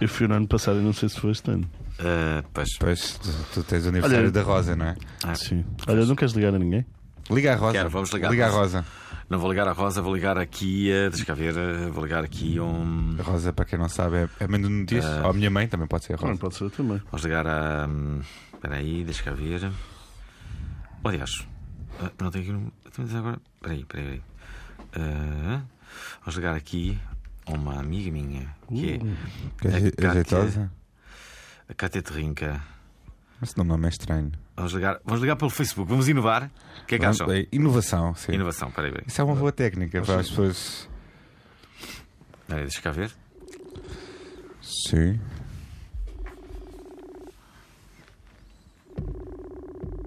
Eu fui no ano passado e não sei se foi este ano.
Eh, pois.
Pois, tu, tu tens o aniversário
Olha-
da Rosa, não é?
Ah.
Sim. Olha, não queres ligar a ninguém?
Liga à Rosa.
Quero, vamos ligar à
Liga à Rosa.
Não vou ligar à Rosa, vou ligar aqui. eh, deixa cá ver, eh, vou ligar aqui um.
A Rosa, para quem não sabe, é a mãe do Notícias. Ou a minha mãe também pode ser a
Não,
Rosa.
pode ser também.
Vamos ligar a. hum, Espera aí, deixa cá ver. Oh, aliás, ah, não tenho aqui. um- tenho de agora. Espera aí, espera aí. espera aí. Eh, vamos ligar aqui a uma amiga minha, que é
Que é
a
je- é
Cátia-
jeitosa.
a Cátia Terrinca.
Esse nome é estranho.
Vamos ligar, vamos ligar pelo Facebook, vamos inovar. O que é que acham?
É Inovação, sim.
Inovação, peraí, peraí.
Isso é uma boa técnica para as pessoas.
Espera aí, deixa cá ver.
Sim.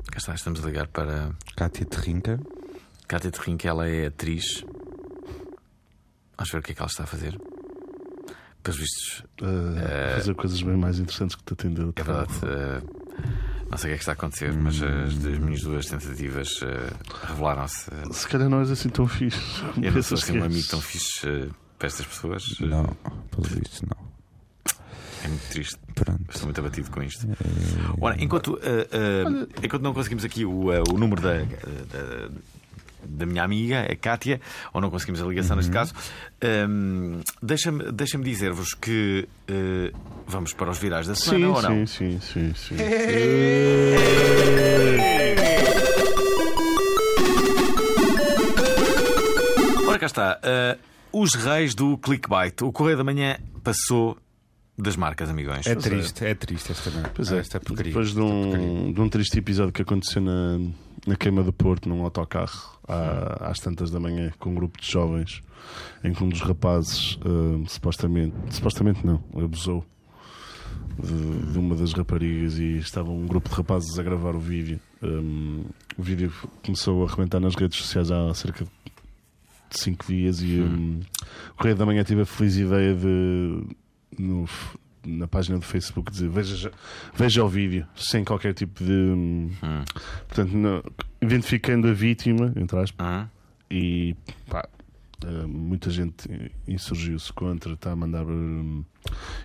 Cá está, estamos a ligar para.
Cátia Terrinca.
Cátia Terrinho, que ela é atriz. Vamos ver o que é que ela está a fazer. Pelos vistos,
Eh, fazer coisas bem mais interessantes que te atender.
é verdade. eh, não sei o que é que está a acontecer, mas as, as minhas duas tentativas eh, revelaram-se.
Se calhar não és assim tão fixe.
Eu não sou
Pensas
assim um
és.
amigo tão fixe eh, para estas pessoas.
Não, pelo visto, não.
É muito triste. Estou
Pronto.
muito abatido com isto. Ora, enquanto, eh, eh, enquanto não conseguimos aqui o, eh, o número da, da, da minha amiga, a Cátia, ou não conseguimos a ligação
Uhum.
neste caso, ehm, deixa-me deixa dizer-vos que eh, vamos para os virais da semana
Sim,
ou não?
sim, sim, sim, sim.
Ora cá está. eh, os reis do clickbait. O Correio da Manhã passou das marcas, amigões.
É triste, é triste esta,
Pois é,
esta porcaria.
depois de um, de um triste episódio que aconteceu na, na queima do Porto, num autocarro, à- às tantas da manhã, com um grupo de jovens, em que um dos rapazes, hum, supostamente, supostamente não, abusou de, de uma das raparigas e estava um grupo de rapazes a gravar o vídeo. Hum, o vídeo começou a arrebentar nas redes sociais há cerca de 5 dias e hum, o Correio da Manhã tive a feliz ideia de, no, na página do Facebook dizer veja, já- veja o vídeo, sem qualquer tipo de. hum, Portanto, não- identificando a vítima, entre aspas,
Hum.
e pá, eh, muita gente insurgiu-se contra, está a mandar hum,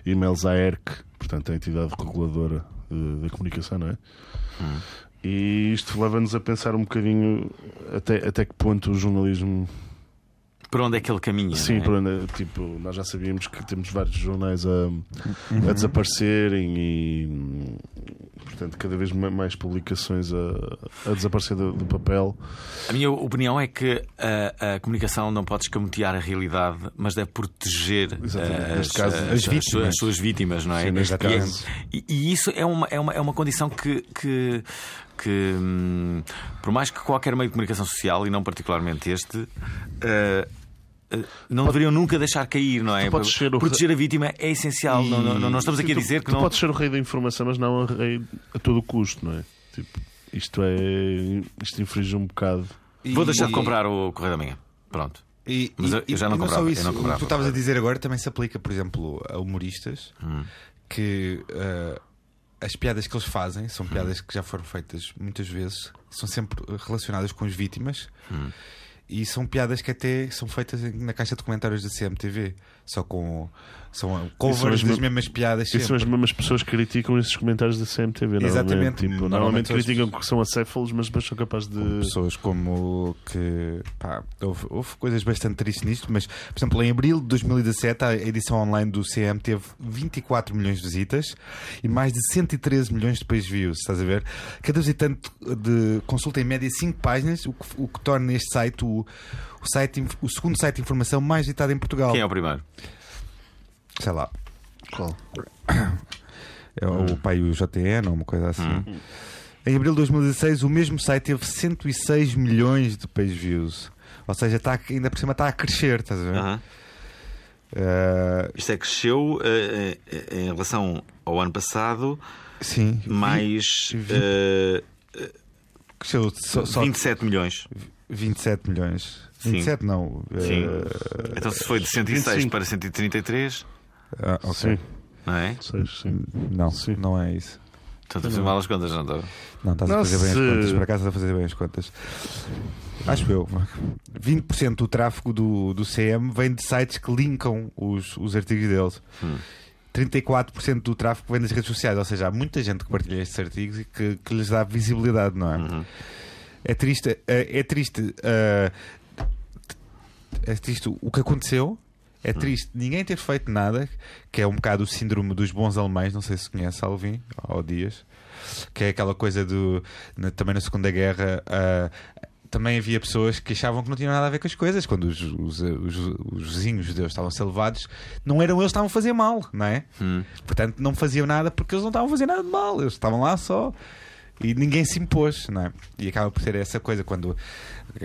e-mails à ERC, portanto, a entidade reguladora eh, da comunicação, não é? E isto leva-nos a pensar um bocadinho até, até que ponto o jornalismo
Por onde é que ele caminha?
Sim,
não é?
por onde- tipo, nós já sabíamos que temos vários jornais a,
Uhum.
a desaparecerem e, portanto, cada vez ma- mais publicações a, a desaparecer do, do papel.
A minha opinião é que a, a comunicação não pode escamotear a realidade, mas deve proteger
Exatamente.
eh, as,
Neste caso,
as-
as
as
vítimas.
suas- as suas vítimas, não é?
Sim, neste
E-
caso.
E, e isso é uma, é uma, é uma condição que. que que, hum, por mais que qualquer meio de comunicação social, e não particularmente este, eh, eh, não deveriam nunca deixar cair, não é?
Tu podes ser o-
Proteger a vítima é essencial. Não, não, não- não estamos
Sim,
aqui a
tu-
dizer que
tu
não.
podes ser o rei da informação, mas não o rei a todo o custo, não é? Tipo, isto é. Isto infringe um bocado.
Vou deixar de comprar o Correio da Manhã. Pronto.
E,
Mas
e-
eu- eu já não
e
comprava,
só
eu
isso,
não comprava.
o que tu estavas a dizer agora também se aplica, por exemplo, a humoristas
Hum.
que ah, as piadas que eles fazem são piadas
Hum.
que já foram feitas muitas vezes, são sempre relacionadas com as vítimas
Hum.
e são piadas que até são feitas em- na caixa de comentários da CMTV, só com são covers
as
das
me-
mesmas piadas.
E são as
sempre.
mesmas pessoas que criticam esses comentários da CMTV, normalmente.
Exatamente.
Tipo, normalmente,
Normalmente são as-
criticam que são acéfalos, mas depois são capazes de.
pessoas como que pá, houve, houve coisas bastante tristes nisto, mas por exemplo, em abril de 2017 a edição online do CM teve 24 milhões de visitas e mais de 113 milhões de page views, estás a ver? Cada visitante de consulta em média 5 páginas, o que, o que torna este site o, o site inf- o segundo site de informação mais visitado em Portugal.
Quem é o primeiro?
Sei lá.
Qual?
É
Hum.
o pai o JTN ou uma coisa assim. Em abril de 2016, o mesmo site teve 106 milhões de page views. Ou seja, está, ainda por cima está a crescer, estás a ver?
Aham.
Ah,
Isto é, cresceu eh, eh, em relação ao ano passado
sim,
mais
vi-
eh,
cresceu só, só
27 milhões.
27 milhões.
Sim.
27 não. ah,
Sim. Então se foi de 106
25.
para 133,
ah, ok.
Sim,
não é?
sei, sim.
Não,
Sim.
não é isso.
Estou a fazer mal as contas, não estou?
Não, estás
Não,
a fazer bem
se-
as contas. Por acaso estás a fazer bem as contas. Acho eu. 20% do tráfego do, do CM vem de sites que linkam os, os artigos deles.
Hum.
34% do tráfego vem das redes sociais. Ou seja, há muita gente que partilha estes artigos e que, que lhes dá visibilidade, não é?
Uhum.
É triste. É, é triste. ah, é triste o que aconteceu. É
Hum.
triste ninguém ter feito nada, que é um bocado o síndrome dos bons alemães, não sei se conhece Alvin ou Dias, que é aquela coisa do. na- também na Segunda Guerra. ah, também havia pessoas que achavam que não tinham nada a ver com as coisas, quando os, os, os, os vizinhos judeus estavam salvados, não eram eles que estavam a fazer mal, não é?
Hum.
Portanto, não faziam nada porque eles não estavam a fazer nada de mal, eles estavam lá só e ninguém se impôs, não é? E acaba por ser essa coisa quando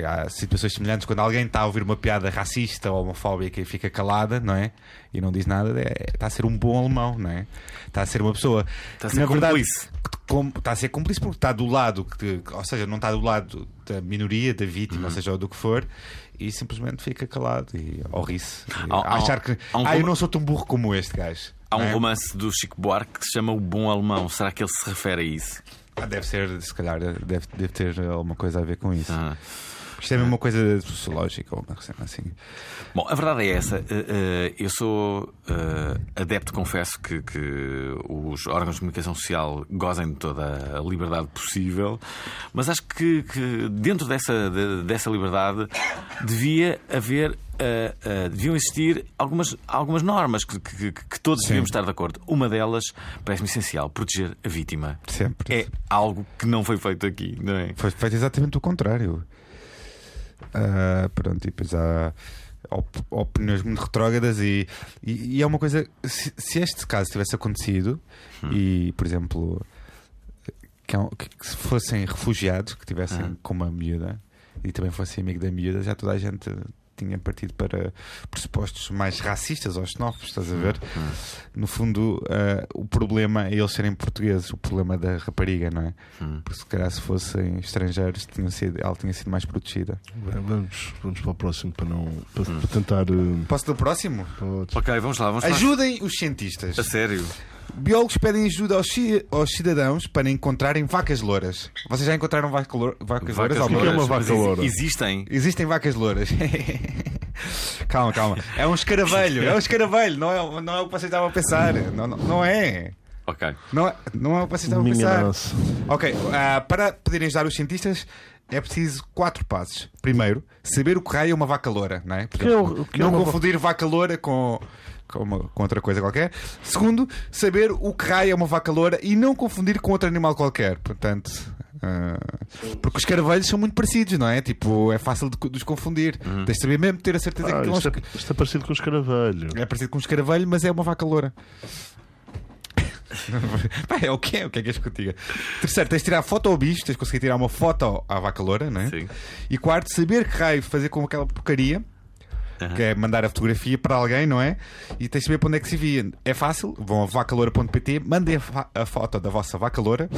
há situações semelhantes, quando alguém está a ouvir uma piada racista ou homofóbica e fica calada, não é? E não diz nada, é- está a ser um bom alemão, não é? Está a ser uma pessoa
Está a
que,
ser
na verdade,
cúmplice.
como- está a ser cúmplice porque está do lado, que- ou seja, não está do lado da minoria, da
Uhum.
vítima, ou seja, ou do que for, e simplesmente fica calado e ou ri-se. E
Há-
a achar
há-
que
há um
ah, eu
rom-
não sou tão burro como este gajo.
Há um
não é?
romance do Chico Buarque que se chama O Bom Alemão. Será que ele se refere a isso?
Ah, Deve ser, se calhar, deve, deve ter alguma coisa a ver com isso.
Ah.
Isto é mesmo uma coisa sociológica ou uma cena assim.
Bom, a verdade é essa. Eh, eh, Eu sou eh, adepto, confesso, que, que os órgãos de comunicação social gozem de toda a liberdade possível, mas acho que, que dentro dessa, de- dessa liberdade devia haver. eh, eh, deviam existir algumas, algumas normas que, que- que- que todos devíamos estar de acordo. Uma delas parece-me essencial: proteger a vítima.
Sempre.
É algo que não foi feito aqui, não é?
Foi feito exatamente o contrário. Ah, pronto, e depois há op- opiniões muito retrógradas e, e, e é uma coisa. Se, se este caso tivesse acontecido e, por exemplo, que, há um- que- que se fossem refugiados que tivessem
Aham.
com uma miúda e também fossem amigo da miúda, já toda a gente tinha partido para pressupostos mais racistas ou xenófobos, estás a ver? No fundo, ah, o problema é eles serem portugueses, o problema da rapariga, não é?
Hum.
Porque se calhar se fossem estrangeiros, tinham sido, ela tinha sido mais protegida.
Bem, Vamos, vamos para o próximo para não para, para tentar. eh,
Posso do próximo?
para outros.
Ok, vamos lá, vamos lá.
Ajudem os cientistas.
A sério.
Biólogos pedem ajuda aos, ci- aos cidadãos para encontrarem vacas louras. Vocês já encontraram vaca lour- vacas, louras? é alguma vez?
louras. é uma vaca
Mas
loura?
Existem.
Existem vacas louras. *laughs* calma, calma. É um escaravelho. É um escaravelho. Não é, o- não é o que vocês estavam a pensar. Não, não, não é.
Ok.
Não é, não é o que vocês estavam a
Minha
pensar.
nossa.
Ok. ah, para poderem ajudar os cientistas, é preciso quatro passos. Primeiro, saber o que raio é uma vaca loura. Não, é? Portanto,
é o- o que é
não
uma va-
confundir vaca loura com. Com, uma- com outra coisa qualquer. Segundo, saber o que raio é uma vaca loura e não confundir com outro animal qualquer. Portanto, ah, porque os carvalhos são muito parecidos, não é? Tipo, é fácil de, co- de os confundir. Tens de saber mesmo ter a certeza
Uhum. Ah,
que
isto,
aquilo
é, isto é parecido com o escaravelho.
é, um- é parecido com um escaravelho, mas é uma vaca loura. *laughs* Pá, é o que é? O que é que és que eu te diga? Terceiro, tens de tirar foto ao bicho, tens de conseguir tirar uma foto ao- à vaca loura, não é?
Sim.
E quarto, saber que raio fazer com aquela porcaria. Que é mandar a fotografia para alguém, não é? E tens de saber para onde é que se via. É fácil, vão a vacaloura.pt, mandem a, fa- a foto da vossa vaca loura.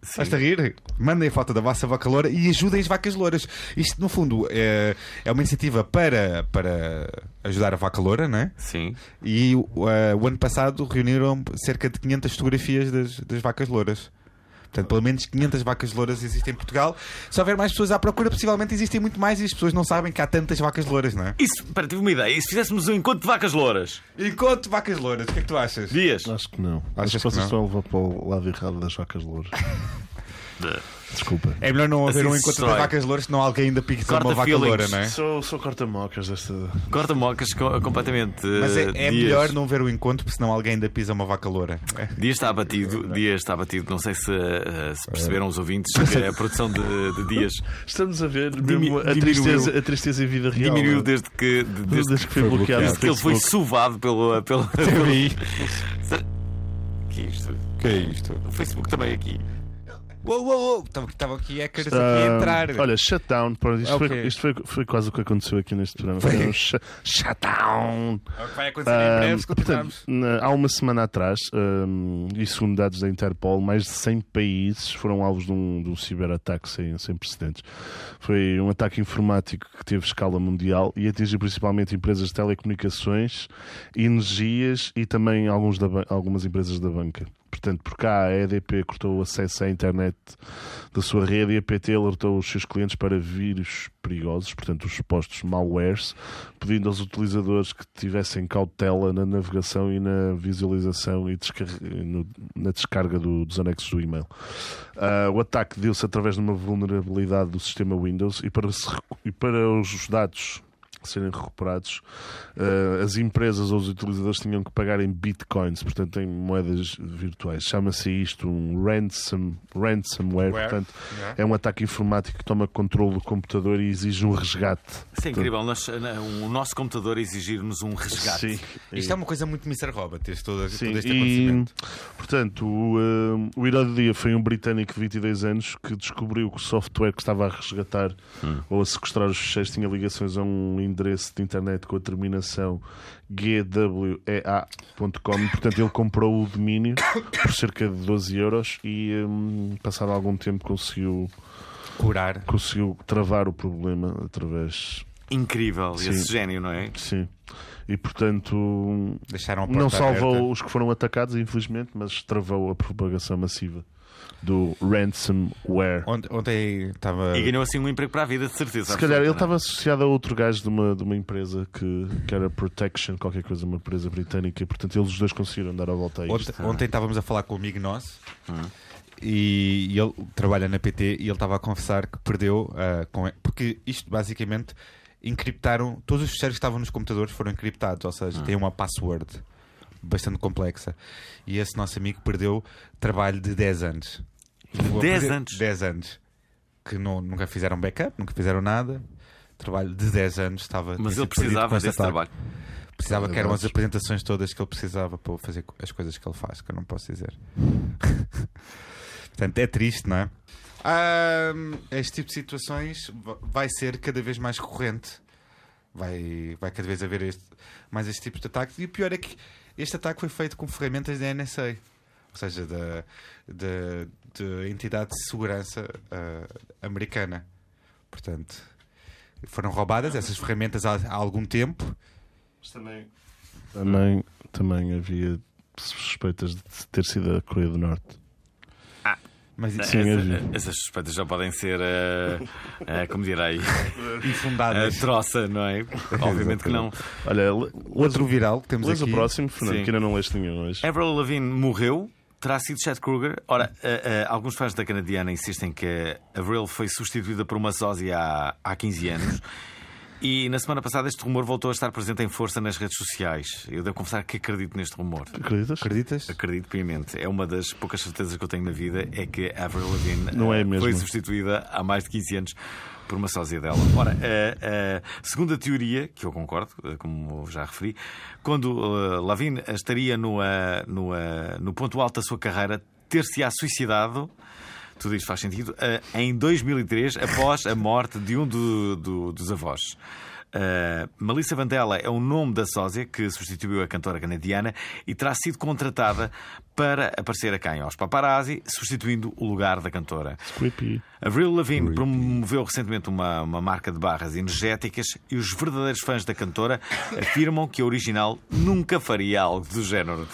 Estás a rir? Mandem a foto da vossa vaca loura e ajudem as vacas louras. Isto, no fundo, é, é uma iniciativa para, para ajudar a vaca loura, não é?
Sim.
E uh, o ano passado reuniram cerca de 500 fotografias das, das vacas louras. Portanto, pelo menos 500 vacas louras existem em Portugal. Se houver mais pessoas à procura, possivelmente existem muito mais e as pessoas não sabem que há tantas vacas louras, não é?
Isso, para tive uma ideia, e se fizéssemos um encontro de vacas louras?
Enquanto vacas louras, o que é que tu achas?
Dias.
Acho que não. Acho que
que
vocês
não?
estão a levar para o lado errado das
*laughs*
vacas louras. Desculpa.
É melhor não haver
Assim
um
se
encontro de
destrói.
vacas louras, senão alguém ainda pique
Corta
uma vaca
feelings.
loura, não é?
Sou, sou corta-mocas desta.
Corta mocas co- completamente.
Mas
eh,
é, é
Dias.
melhor não ver o encontro, porque senão alguém ainda pisa uma
*laughs*
vaca loura.
Dias está abatido, Dias está abatido. Não sei se, eh, se perceberam os ouvintes que a produção de, de
*laughs*
Dias
Estamos a ver
Dimi-
mesmo a
diminuiu.
tristeza, a tristeza em vida real.
diminuiu
não é?
desde que. de-
desde,
Desde
que foi bloqueado.
desde que ele foi suvado pelo. *laughs* pelo, pelo... que é isto?
que é isto?
O Facebook também aqui.
Uou, uou, uou! Estava- Estava aqui é querer aqui a entrar.
Ah,
Ah,
Olha, shutdown. pô, Isto,
Ok.
foi, isto foi, foi quase o que aconteceu aqui neste programa. Foi um sh- shutdown.
É o que vai acontecer em breve se
Ahm, portanto,
continuarmos.
na- há uma semana atrás, ahm, e segundo dados da Interpol, mais de 100 países foram alvos de um, de um ciberataque sem, sem precedentes. Foi um ataque informático que teve escala mundial e atingiu principalmente empresas de telecomunicações, energias e também alguns da ban- algumas empresas da banca. Portanto, por cá a EDP cortou o acesso à internet da sua rede e a PT alertou os seus clientes para vírus perigosos, portanto os supostos malwares, pedindo aos utilizadores que tivessem cautela na navegação e na visualização e descarre- no- na descarga do- dos anexos do e-mail. Ah, o ataque deu-se através de uma vulnerabilidade do sistema Windows e para, se recu- e para os dados serem recuperados, ah, as empresas ou os utilizadores tinham que pagar em bitcoins, portanto em moedas virtuais. Chama-se isto um ransom, ransomware, portanto é um ataque informático que toma controle do computador e exige um resgate.
Isso é incrível. nós- na- um, o nosso computador exigir-nos um resgate.
Sim.
Isto é uma coisa muito Mr. Robot, este, todo,
Sim,
todo este
e,
acontecimento.
portanto, o, eh, o herói do dia foi um britânico de 22 anos que descobriu que o software que estava a resgatar
Hum.
ou a sequestrar os ficheiros tinha ligações a um endereço de internet com a terminação gwea.com. Portanto, ele comprou o domínio por cerca de 12 euros e, eh, passado algum tempo, conseguiu,
Curar.
conseguiu travar o problema através.
Incrível, esse gênio, não é?
Sim. E, portanto,
Deixaram a porta
não salvou
aberta.
os que foram atacados, infelizmente, mas travou a propagação massiva do ransomware.
Ont- Ontem estava.
E ganhou assim um emprego para a vida, de
é
certeza.
Se
né?
calhar ele
absoluta, não é?
estava associado a outro gajo de uma, de uma empresa que, que era Protection, qualquer coisa, uma empresa britânica, e portanto eles os dois conseguiram dar a volta a isto.
Ontem, ontem estávamos a falar com um amigo nosso
Hum.
e, e ele trabalha na PT e ele estava a confessar que perdeu ah, com- porque isto basicamente encriptaram todos os fecheiros que estavam nos computadores foram encriptados, ou
Hum.
seja, tem uma password bastante complexa. E esse nosso amigo perdeu trabalho de 10 anos.
10 anos?
10 anos. Que não- nunca fizeram backup, nunca fizeram nada. Trabalho de 10 anos estava. tinha
Mas
sido
ele
perdido
precisava
com este
desse
ataque.
trabalho.
Precisava que eram as apresentações todas que ele precisava para fazer co- as coisas que ele faz, que eu não posso dizer. Portanto, é triste, não é? Ahm, este tipo de situações va- vai ser cada vez mais corrente. Vai, vai cada vez haver este- mais este tipo de ataque. E o pior é que este ataque foi feito com ferramentas da NSA. Ou seja, da, da, da entidade de segurança ah, americana. Portanto, foram roubadas essas ferramentas há, há algum tempo.
também. Também, também havia suspeitas de ter sido a Coreia do Norte.
Mas isso
Sim,
Essa-
é giro.
essas suspeitas já podem ser,
*laughs*
eh, eh, como direi, a
infundadas.
troça, não é? Obviamente que não.
Olha, le-
Outro viral que temos
lês o
aqui. É.
próximo, Fernando,
Sim.
que ainda não leste nenhum hoje.
Avril Lavigne morreu. Terá sido Chad Kruger. Ora, eh, eh, alguns fãs da canadiana insistem que Avril foi substituída por uma sósia há, há 15 anos. E na semana passada este rumor voltou a estar presente em força nas redes sociais. Eu devo confessar que acredito neste rumor.
Acreditas?
Acreditas?
Acredito piamente. É uma das poucas certezas que eu tenho na vida é que Avril Lavigne
Não é
eh,
mesmo.
foi substituída há mais de 15 anos por uma sósia dela. Ora, eh, eh, segundo a teoria, que eu concordo, eh, como já referi, quando eh, Lavigne estaria no, ah, no, ah, no ponto alto da sua carreira, ter-se-á suicidado. Tudo isto faz sentido. eh, em 2003, após a morte de um do- do- dos avós. Uh, Melissa Vandela é o nome da sósia que substituiu a cantora canadiana e terá sido contratada para aparecer a quem? Aos paparazzi, substituindo o lugar da cantora.
Creepy.
Avril Lavigne promoveu recentemente uma, uma marca de barras energéticas e os verdadeiros fãs da
*laughs*
cantora afirmam que a original nunca faria algo do género.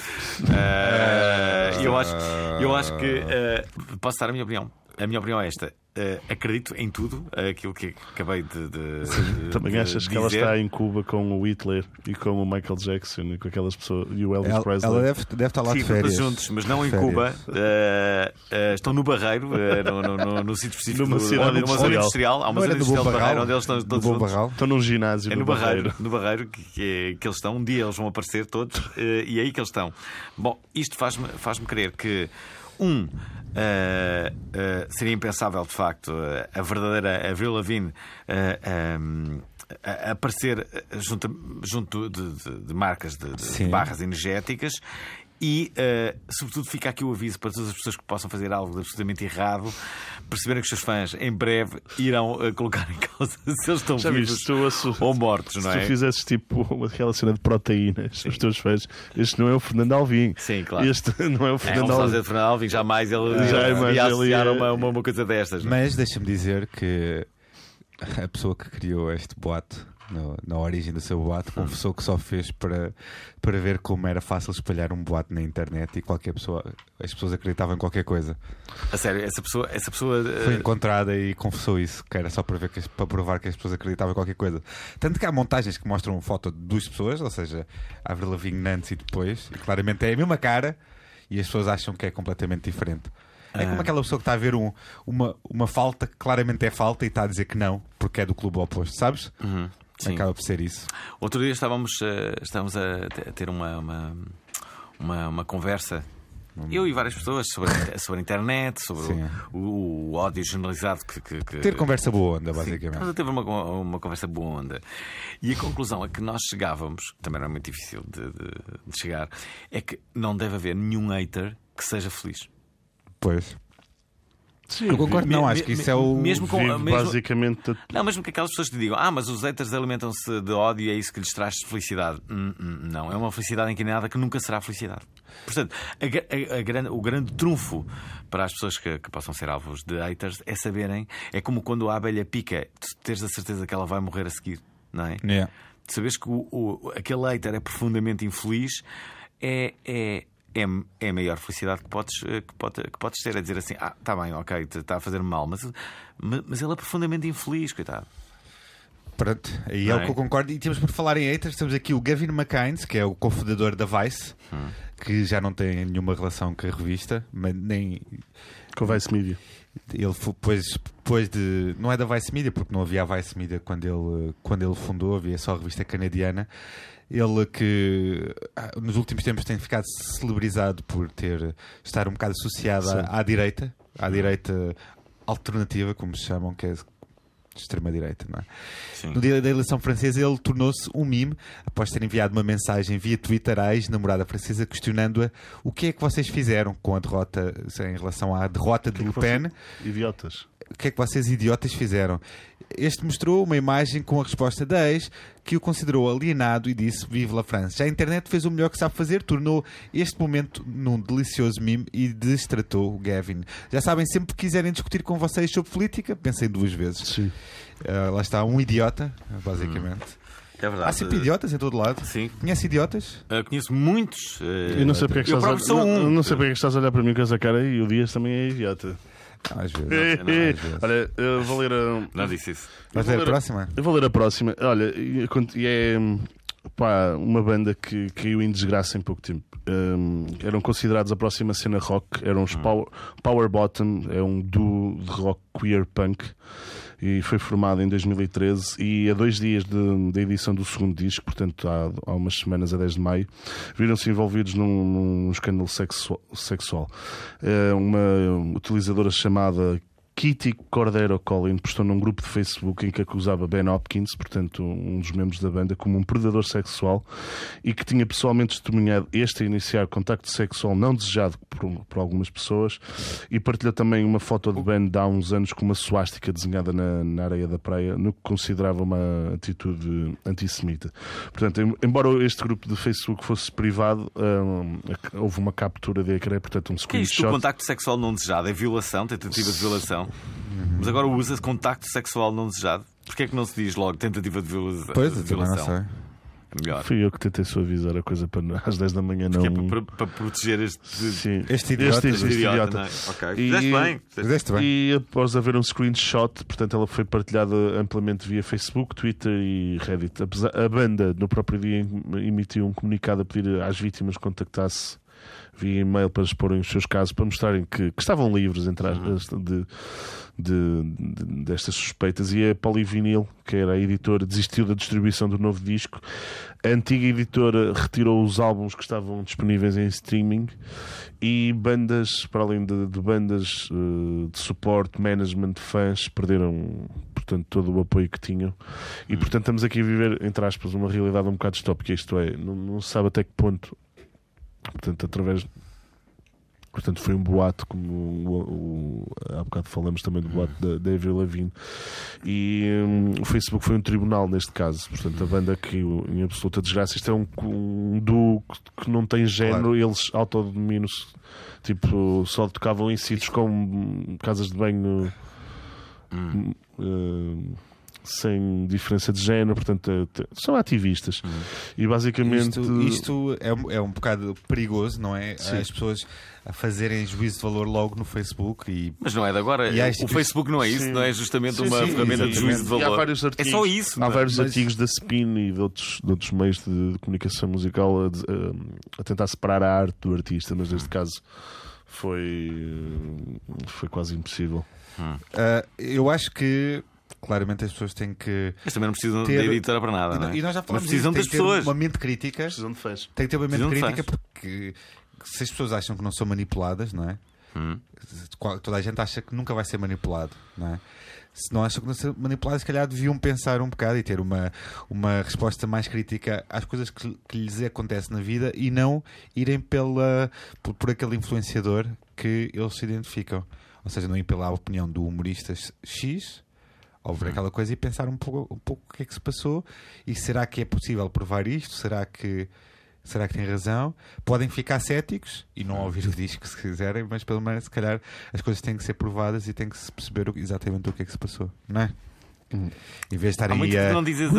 *laughs*
Uh, eu, acho, eu acho que.
Ah.
uh, posso dar a minha opinião? A minha opinião é esta. Uh, acredito em tudo uh, aquilo que acabei de. de- de-
Também
de
achas que ela
dizer.
está em Cuba com o Hitler e com o Michael Jackson e com aquelas pessoas e o Elvis
Ela,
Presley?
ela deve, deve estar lá
Sim,
de férias.
juntos, mas não em
Férias.
Cuba. Eh, eh, estão no Barreiro, eh, no, no, no, no sítio específico.
Numa
do- numa zona
cidade industrial.
industrial. Há uma
Não
zona
era do Bom
industrial do Barreiro
Barral?
onde eles estão
Do
todos
Bom
juntos.
Barral?
Estão num ginásio
É
no,
no
Barreiro.
Barreiro, no Barreiro que, que, que eles estão. Um dia eles vão aparecer todos *laughs* eh, e é aí que eles estão. Bom, isto faz-me faz crer que, um, eh, eh, seria impensável de facto eh, a verdadeira Avril Lavigne. eh, ehm, a- a aparecer eh, junto, junto de, de- de marcas de, de
Sim.
barras energéticas e, eh, sobretudo, fica aqui o aviso para todas as pessoas que possam fazer algo de absolutamente errado, perceberem que os seus fãs em breve irão eh, colocar em causa *laughs* se eles estão
Já
vivos
viste? Tu, a su-
ou mortos,
Se
não
tu
é?
fizesses tipo aquela cena de proteínas, os teus fãs, este não é o Fernando Alvim.
Sim, claro.
Este *laughs* não é o
É, não
Fernando
vamos
Alvim.
fazer de Fernando Alvim, jamais ele
Já é
ele
mais
ia
ele
associar
é-
uma, uma, uma coisa destas. não é?
Mas deixa-me dizer que a pessoa que criou este boato, no- na origem do seu boato,
Hum.
confessou que só fez para, para ver como era fácil espalhar um boato na internet e qualquer pessoa, as pessoas acreditavam em qualquer coisa.
A sério, essa pessoa. Essa pessoa eh,
Foi encontrada e confessou isso, que era só para, ver que as- para provar que as pessoas acreditavam em qualquer coisa. Tanto que há montagens que mostram foto de duas pessoas, ou seja, a Avril Lavigne antes e depois, e claramente é a mesma cara e as pessoas acham que é completamente diferente. É
Ah.
como aquela pessoa que está a ver um- uma, uma falta que claramente é falta e está a dizer que não, porque é do clube oposto, sabes?
Uhum. sim.
Acaba por ser isso.
Outro dia estávamos, eh, estávamos a te- a ter uma, uma, uma, uma conversa. Eu e várias pessoas sobre, a inter- sobre a internet, sobre
Sim.
o, o ódio generalizado que. que- que-
Ter conversa boa onda,
Nós
basicamente.
teve uma, con- uma conversa boa onda. E a conclusão a que nós chegávamos, também era muito difícil de, de- de chegar, é que não deve haver nenhum hater que seja feliz.
Pois. Eu concordo, não,
Me-
acho
me-
que isso é o.
Mesmo com,
Vive
mesmo-
basicamente. da-
Não, mesmo que aquelas pessoas que digam, ah, mas os haters alimentam-se de ódio e é isso que lhes traz felicidade. Hum, hum, não, é uma felicidade encaminhada que nunca será felicidade. Portanto, a gra- a- a grande- o grande trunfo para as pessoas que, que possam ser alvos de haters é saberem, é como quando a abelha pica, tu teres a certeza que ela vai morrer a seguir, não é?
Yeah.
de saberes que o, o- aquele hater é profundamente infeliz é, é, é, é a maior felicidade que podes, eh, que, pode, que podes ter. É dizer assim: ah, está bem, ok, está a fazer mal, mas, ma- mas ele é profundamente infeliz, coitado.
Pronto, aí é
Não
o
é?
que eu concordo. E temos por falar em haters, temos aqui o Gavin McKinds, que é o cofundador da Vice, que já não tem nenhuma relação com a revista, mas nem.
Com Vice Media.
Ele foi, pois, depois de. Não é da Vice Media, porque não havia a Vice Media quando ele, quando ele fundou, havia só a revista canadiana. Ele que ah, nos últimos tempos tem ficado celebrizado por ter, estar um bocado associado à, à direita, à direita alternativa, como se chamam, que é de extrema-direita, não é? No dia da eleição francesa, ele tornou-se um mime após ter enviado uma mensagem via Twitter à ex-namorada francesa questionando-a o que é que vocês fizeram com a derrota, é em relação à derrota
é
de Le Pen
Idiotas.
o que é que vocês idiotas fizeram? Este mostrou uma imagem com a resposta da ex, que o considerou alienado e disse: Vive la France. Já a internet fez o melhor que sabe fazer, tornou este momento num delicioso mime e destratou o Gavin. Já sabem, sempre que quiserem discutir com vocês sobre política, pensem duas vezes.
Sim.
Ah, lá está um idiota, basicamente.
É verdade.
Há sempre idiotas em todo lado.
Sim.
Conhece idiotas?
Eh, conheço muitos. eh,
Eu não sei porque é que
eu
estás a...
próprio sou
não-
um.
não sei porque é que estás a olhar para mim com essa cara e o Dias também é idiota.
Às vezes.
é
*laughs* Olha, eu vou ler a.
Não disse isso.
Mas é a próxima?
Eu vou ler a próxima. Olha, e acon- e é hum, pá, uma banda que caiu em desgraça em pouco tempo. Hum, eram considerados a próxima cena rock, eram os Power, Power Bottom, é um duo de rock queer punk e foi formado em 2013 e a dois dias de- da edição do segundo disco, portanto há, há umas semanas, a 10 de maio, viram-se envolvidos num, num escândalo sexual. sexual. Eh, uma utilizadora chamada Kitty Cordero Collin postou num grupo de Facebook em que acusava Ben Hopkins, portanto um dos membros da banda, como um predador sexual e que tinha pessoalmente testemunhado este a iniciar contacto sexual não desejado por, por algumas pessoas e partilhou também uma foto de Ben de há uns anos com uma suástica desenhada na, na areia da praia, no que considerava uma atitude antissemita. Portanto, em- embora este grupo de Facebook fosse privado, hum, houve uma captura de ecrã, portanto um
O que é isto? O
screenshot.
contacto sexual não desejado é violação, tentativa de violação.
Uhum.
Mas agora usa-se contacto sexual não desejado. Porquê é que não se diz logo tentativa de viola-
Pois,
de
eu também não
violação?
sei.
É melhor.
Fui eu que tentei suavizar a coisa para às 10 da manhã, não. *laughs*
Que é para, para- para proteger este,
Sim.
um Este idiota,
este idiota. não é? Ok.
E-
Fizeste bem.
Mas este bem.
E após haver um screenshot, portanto, ela foi partilhada amplamente via Facebook, Twitter e Reddit. Apesar- a banda, no próprio dia, em- emitiu um comunicado a pedir às vítimas que contactasse via e-mail para exporem os seus casos, para mostrarem que, que estavam livres entre aspas, de, de- de- destas suspeitas. E a Polyvinyl, que era a editora, desistiu da distribuição do novo disco. A antiga editora retirou os álbuns que estavam disponíveis em streaming e bandas, para além de, de bandas eh, de suporte, management, fãs, perderam portanto, todo o apoio que tinham. E portanto estamos aqui a viver, entre aspas, uma realidade um bocado distópica, isto é, não, não se sabe até que ponto, portanto, através. Portanto, foi um boato, como o, o- há bocado falamos também do boato da, da Avril Lavigne. E hum, o Facebook foi um tribunal neste caso. Portanto, a banda caiu em absoluta desgraça. Isto é um, um duo que- que não tem género, eles autodominam-se. Tipo, só tocavam em sítios como casas de banho hum, sem diferença de género. Portanto, é- te- são ativistas. E basicamente.
Isto, isto é, um- é um bocado perigoso, não é? As pessoas a fazerem juízo de valor logo no Facebook e.
Mas não é de agora.
E há
O
isto-
Facebook não é isso,
Sim.
não é justamente
Sim,
uma
sim,
ferramenta de
exatamente.
juízo de
E
valor.
há vários
é
artigos,
só isso.
Há
não é?
vários artigos da Spin e de outros, de outros meios de, de comunicação musical a, de- a- a tentar separar a arte do artista, mas neste caso foi, eh, foi quase impossível.
Ah, eu acho que claramente as pessoas têm que.
Mas também não precisam
Ter-
da editora para nada.
e,
não
no-
é?
e nós já
Mas
falamos
precisam
disso,
das
tem que ter
pessoas.
Uma mente crítica.
de fãs.
Tem que ter uma mente
Precisam de
crítica
fãs.
porque se as pessoas acham que não são manipuladas, não é?
Hum?
Qual- Toda a gente acha que nunca vai ser manipulado, não é? Se não acham que não são manipulados, se calhar deviam pensar um bocado e ter uma, uma resposta mais crítica às coisas que, que lhes acontece na vida e não irem pela, por, por aquele influenciador que eles se identificam. Ou seja, não ir pela opinião do humorista X, ou ver aquela coisa e pensar um pouco, um pouco o que é que se passou e será que é possível provar isto? Será que será que tem razão? Podem ficar céticos e não ouvir o disco se quiserem, mas pelo menos se calhar as coisas têm que ser provadas e tem que se perceber o- exatamente o que é que se passou, não é? Em vez de estar
Há muito
aí
que
a.
não dizes.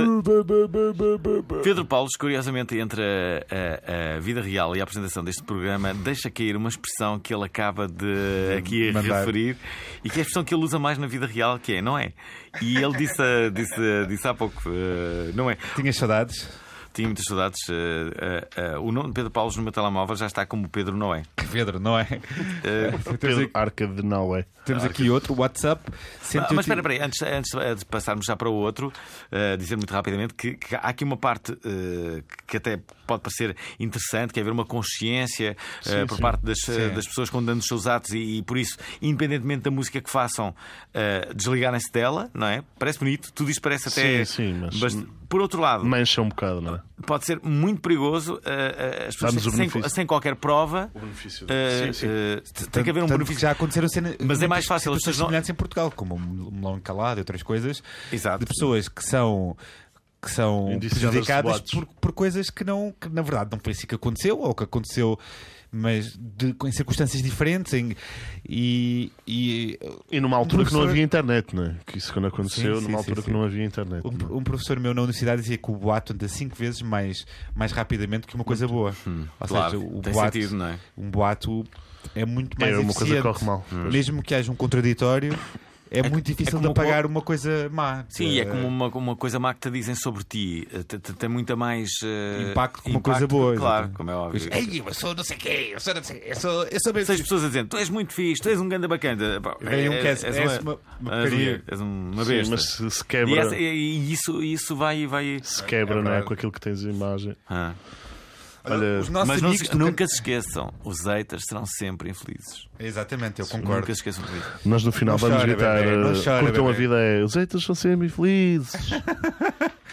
Pedro Paulos, curiosamente, entre a, a- a vida real e a apresentação deste programa, deixa cair uma expressão que ele acaba de aqui a
Mandar.
referir e que é a expressão que ele usa mais na vida real, que é, não é? E ele disse, a- disse, a- disse há pouco, eh, não é?
Tinhas saudades? *laughs*
Tinha muitas saudades. eh, eh, eh, o nome de Pedro Paulo no meu telemóvel já está como Pedro Noé.
Pedro, não é?
Eh,
Pedro Arca de Naué.
Temos aqui outro WhatsApp.
Ah,
180
Mas espera, espera aí, antes, antes eh, de passarmos já para o outro, eh, dizer muito rapidamente que, que há aqui uma parte eh, que até pode parecer interessante, que é haver uma consciência eh,
Sim,
por
sim.
parte das, eh,
Sim.
das pessoas condenando os seus atos e, e, por isso, independentemente da música que façam, eh, desligarem-se dela, não é? Parece bonito, tudo isto parece até.
Sim, sim, mas-
Por outro lado,
Mancha um bocado, não é?
pode ser muito perigoso eh, eh, as pessoas
Dá-nos o
sem,
benefício.
sem qualquer prova.
benefício.
eh,
sim, sim.
eh, tem que haver um
Tanto
benefício.
Já aconteceram cenas.
Mas é mais fácil, as
Pessoas
pessoas não-
semelhantes em Portugal, como o melão calado e outras coisas.
Exato.
De pessoas que são. Que são
Indiciadas
prejudicadas
de boatos.
por, por coisas que, não, que, na verdade, não foi assim que aconteceu, ou que aconteceu, mas de, em circunstâncias diferentes. em- e, e
E numa altura
Um
que não
professor-
havia internet, não é? Que isso quando aconteceu,
Sim, sim,
numa altura
sim,
que
sim.
não havia internet. não é?
um, um professor meu na universidade dizia que o boato anda cinco vezes mais, mais rapidamente que uma coisa boa. ou
Hum. claro,
seja, o
tem
boato,
sentido, não é?
um boato é muito
É
mais
uma coisa que
eficiente.
corre mal.
Mesmo que haja um contraditório, é, muito difícil de
como
apagar uma coisa má.
Sim, é
Eh,
como uma, uma coisa má que te dizem sobre ti. Eh, te- te- Tem muita mais eh,
Impacto que uma coisa boa,
Claro,
exatamente.
como é óbvio.
Ei, eu sou não sei quem, eu sou não sei quem, eu sou, eu sou bem
Seis pessoas a dizer: Tu és muito fixe, tu és um ganda bacana. Pá,
Vem um que és- és uma-
és um
uma
é,
porcaria. é
és uma
é? Sim,
besta.
mas se, se
né? E,
quebra,
essa- e- e isso, isso vai. vai...
se quebra, não é?
verdade.
Com aquilo que tens a imagem.
Ah.
Olha,
Os nossos
Mas não
amigos
se-
do can-
nunca se esqueçam: os haters serão sempre infelizes.
Exatamente, eu concordo.
Nunca se esqueçam disso.
nós no final
Não
vamos
chora,
gritar:
bebê, não
eh,
chora,
curtam a
bebê."
vida, é. Os haters são sempre felizes.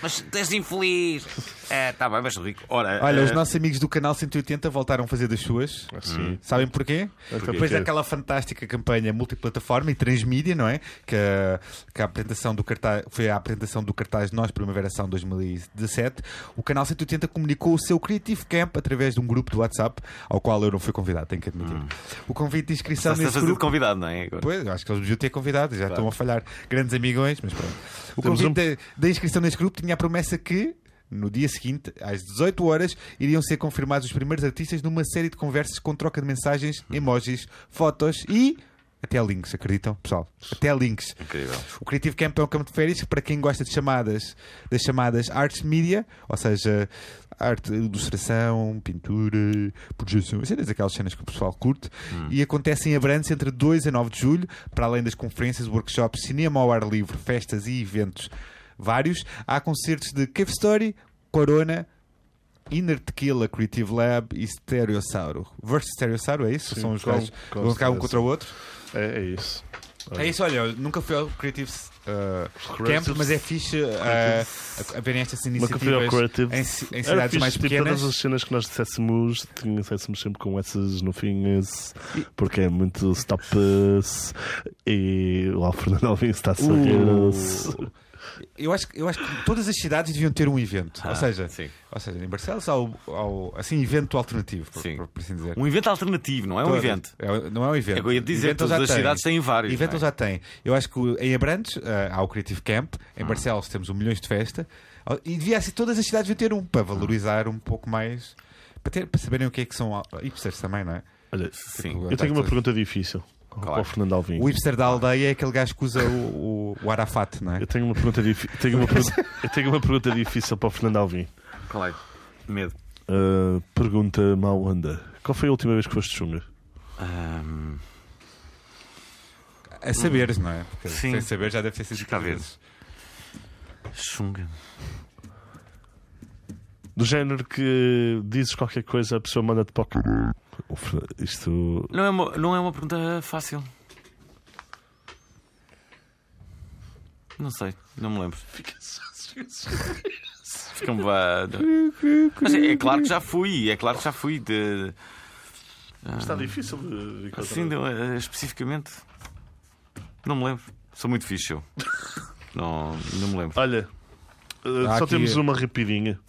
Mas tu és infeliz. É, tá bem, mas rico. Ora,
Olha,
eh,
os nossos amigos do canal 180 voltaram a fazer das suas.
Uhum.
Sim.
Sabem porquê?
Porquê?
Depois daquela fantástica campanha multiplataforma e transmídia, não é? Que, a- que a apresentação do cartaz foi a apresentação do cartaz Nós Primavera São 2017. O canal 180 comunicou o seu Creative Camp através de um grupo do WhatsApp, ao qual eu não fui convidado, tenho que admitir. O convite de inscrição
Hum. estás a
nesse
fazer de
grupo.
convidado, não é? Agora.
Pois, eu acho que eles deviam ter convidado, já estão a falhar. Grandes amigões, mas pronto. O
Temos
convite
um-
da, da inscrição neste grupo tinha a promessa que, no dia seguinte, às 18 horas, iriam ser confirmados os primeiros artistas numa série de conversas com troca de mensagens,
Uhum.
emojis, fotos e. Até links, acreditam, pessoal? Até links.
Incrível.
O Creative Camp é um campo de férias que, para quem gosta de chamadas, das chamadas arts media, ou seja, arte, ilustração, pintura, projeção, cenas, aquelas cenas que o pessoal curte,
Hum.
e acontece em Abrantes entre 2 a 9 de julho, para além das conferências, workshops, cinema ao ar livre, festas e eventos vários, há concertos de Cave Story, Corona, Inner Tequila, Creative Lab e Stereossauro. Versus Stereossauro, é isso?
Sim,
São os
qual-
gajos que
qual
vão ficar um
Stereossauro?
contra o outro?
É, é isso.
É isso, olha, eu nunca fui ao Creative eh,
Creative-
Camp, mas é fixe eh, a, a verem estas
Nunca fui ao
iniciativas
Creative.
em, ci- em
Era
cidades
fixe,
mais
tipo,
pequenas.
todas as cenas que nós dissessemos, dissessemos sempre com essas nofinhas, porque é muito stop us e o Fernando Alvim está a sorrir-se.
Uh, eu, acho, que- eu acho que todas as cidades deviam ter um evento.
Ah,
ou, seja,
sim.
ou seja, em Barcelos há o- há o assim, evento alternativo, por,
Sim.
por- por assim dizer.
Um evento alternativo, não é um
Todas.
evento.
É, não é um evento.
É o que eu ia dizer,
Evento
todas
já
as
tem.
cidades têm vários,
Evento
não é?
já tem. Eu acho que o- em Abrantes ah, há o Creative Camp,
Ah.
em Barcelos temos o Milhões de Festa, Ah, e devia assim, todas as cidades deviam ter um,
Ah.
para valorizar um pouco mais, para, ter, para saberem o que é que são ah, hipsters também, não é?
Olha,
Sim.
Tipo, eu tenho uma
Tá,
pergunta difícil ao-
é?
Claro.
ao Fernando Alvim.
O hipster da aldeia é aquele gajo que usa o, o, o Arafat, não é?
Eu tenho uma
*laughs*
pergunta difícil. Tenho uma pergunta- eu tenho uma pergunta difícil para o Fernando Alvim.
Qual é? Medo.
Uh, pergunta mal onda. Qual foi a última vez que foste chunga?
Ahm,
A saberes, não é? Porque
Sim.
sem saber já deve ter sido
Está a ver.
vezes.
Tipo,
Xunga.
Do género que dizes qualquer coisa, a pessoa manda-te para o c- O Fer- Isto.
Não é, uma, não é uma pergunta fácil. Não sei, não me lembro. Fica-me vá- Mas é, é claro que já fui, é claro que já fui. De, ah,
Está Tá difícil de encontrar.
assim, de- eh, especificamente. Não me lembro. Sou muito fixe eu. Não, não me lembro.
Olha, uh,
Há
só
aqui-
temos uma rapidinha.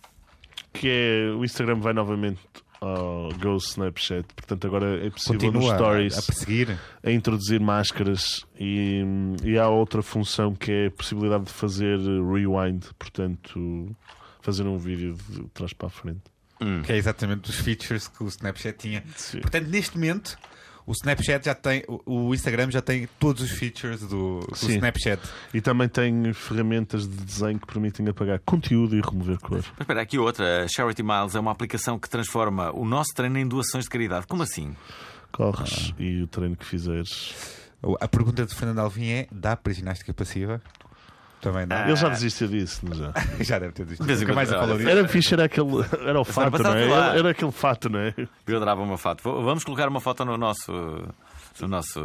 Que é o Instagram vai novamente ao Go Snapchat. Portanto, agora é possível nos
Continua a,
stories
a perseguir.
a introduzir máscaras e, e há outra função que é a possibilidade de fazer rewind, portanto, fazer um vídeo de trás para a frente.
Que é exatamente os features que o Snapchat tinha.
Sim.
Portanto, neste momento, O Snapchat já tem. O o Instagram já tem todos os features do, do
Sim.
Snapchat.
E também tem ferramentas de desenho que permitem apagar conteúdo e remover
*laughs*
cor.
Mas espera, aqui outra. A Charity Miles é uma aplicação que transforma o nosso treino em doações de caridade. Como assim?
Corres
Ah.
e o treino que fizeres.
A pergunta do Fernando Alvim é: dá para ginástica passiva? Também dá.
Ele já desistiu disso, não já?
*laughs* já deve ter visto.
De vez em
Nunca mais a
quando,
falar
olha,
disso.
Era fixe, era aquele. Era o fato, não
passada
é?
fui lá.
Era, era aquele fato, não é?
Eu adorava uma foto. Vou- Vamos colocar uma foto no nosso. No nosso,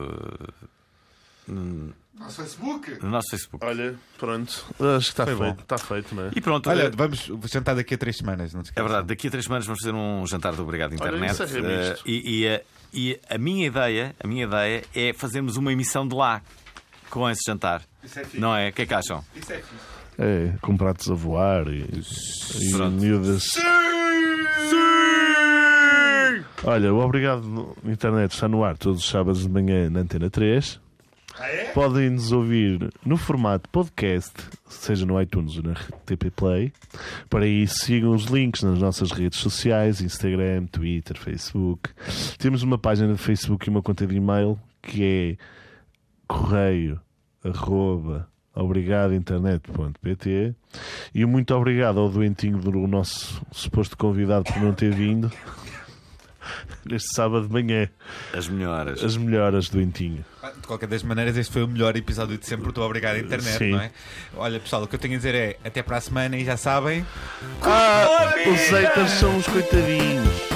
Nosso Facebook.
no nosso Facebook.
Olha, pronto. Acho que está
Foi bom.
feito, está feito, não é?
E pronto,
Olha,
eh,
vamos jantar daqui a três semanas, não
é
te esqueças.
verdade, daqui a três semanas vamos fazer um jantar do Obrigado Internet.
isso é remisto.
Eh, e, e a- e a minha ideia, a minha ideia é fazermos uma emissão de lá com esse jantar.
Isso é fixe.
Não é? O que é que acham?
Isso é fixe.
É, com pratos a voar e, e
Pronto.
miúdas. Olha, o Obrigado no- Internet está no ar todos os sábados de manhã na Antena 3.
Ah, é?
Podem nos ouvir no formato podcast, seja no iTunes ou na RTP Play. Para isso, sigam os links nas nossas redes sociais: Instagram, Twitter, Facebook. Temos uma página de Facebook e uma conta de e-mail que é correio arroba, obrigadointernet.pt e um muito obrigado ao doentinho do nosso suposto convidado por não ter vindo neste sábado de manhã.
As melhoras.
As melhoras, doentinho.
Ah, De qualquer das maneiras, este foi o melhor episódio de sempre. Estou obrigado à internet,
Sim.
não é? Olha, pessoal, o que eu tenho a dizer é até para a semana e já sabem.
Ah, os haters são os coitadinhos.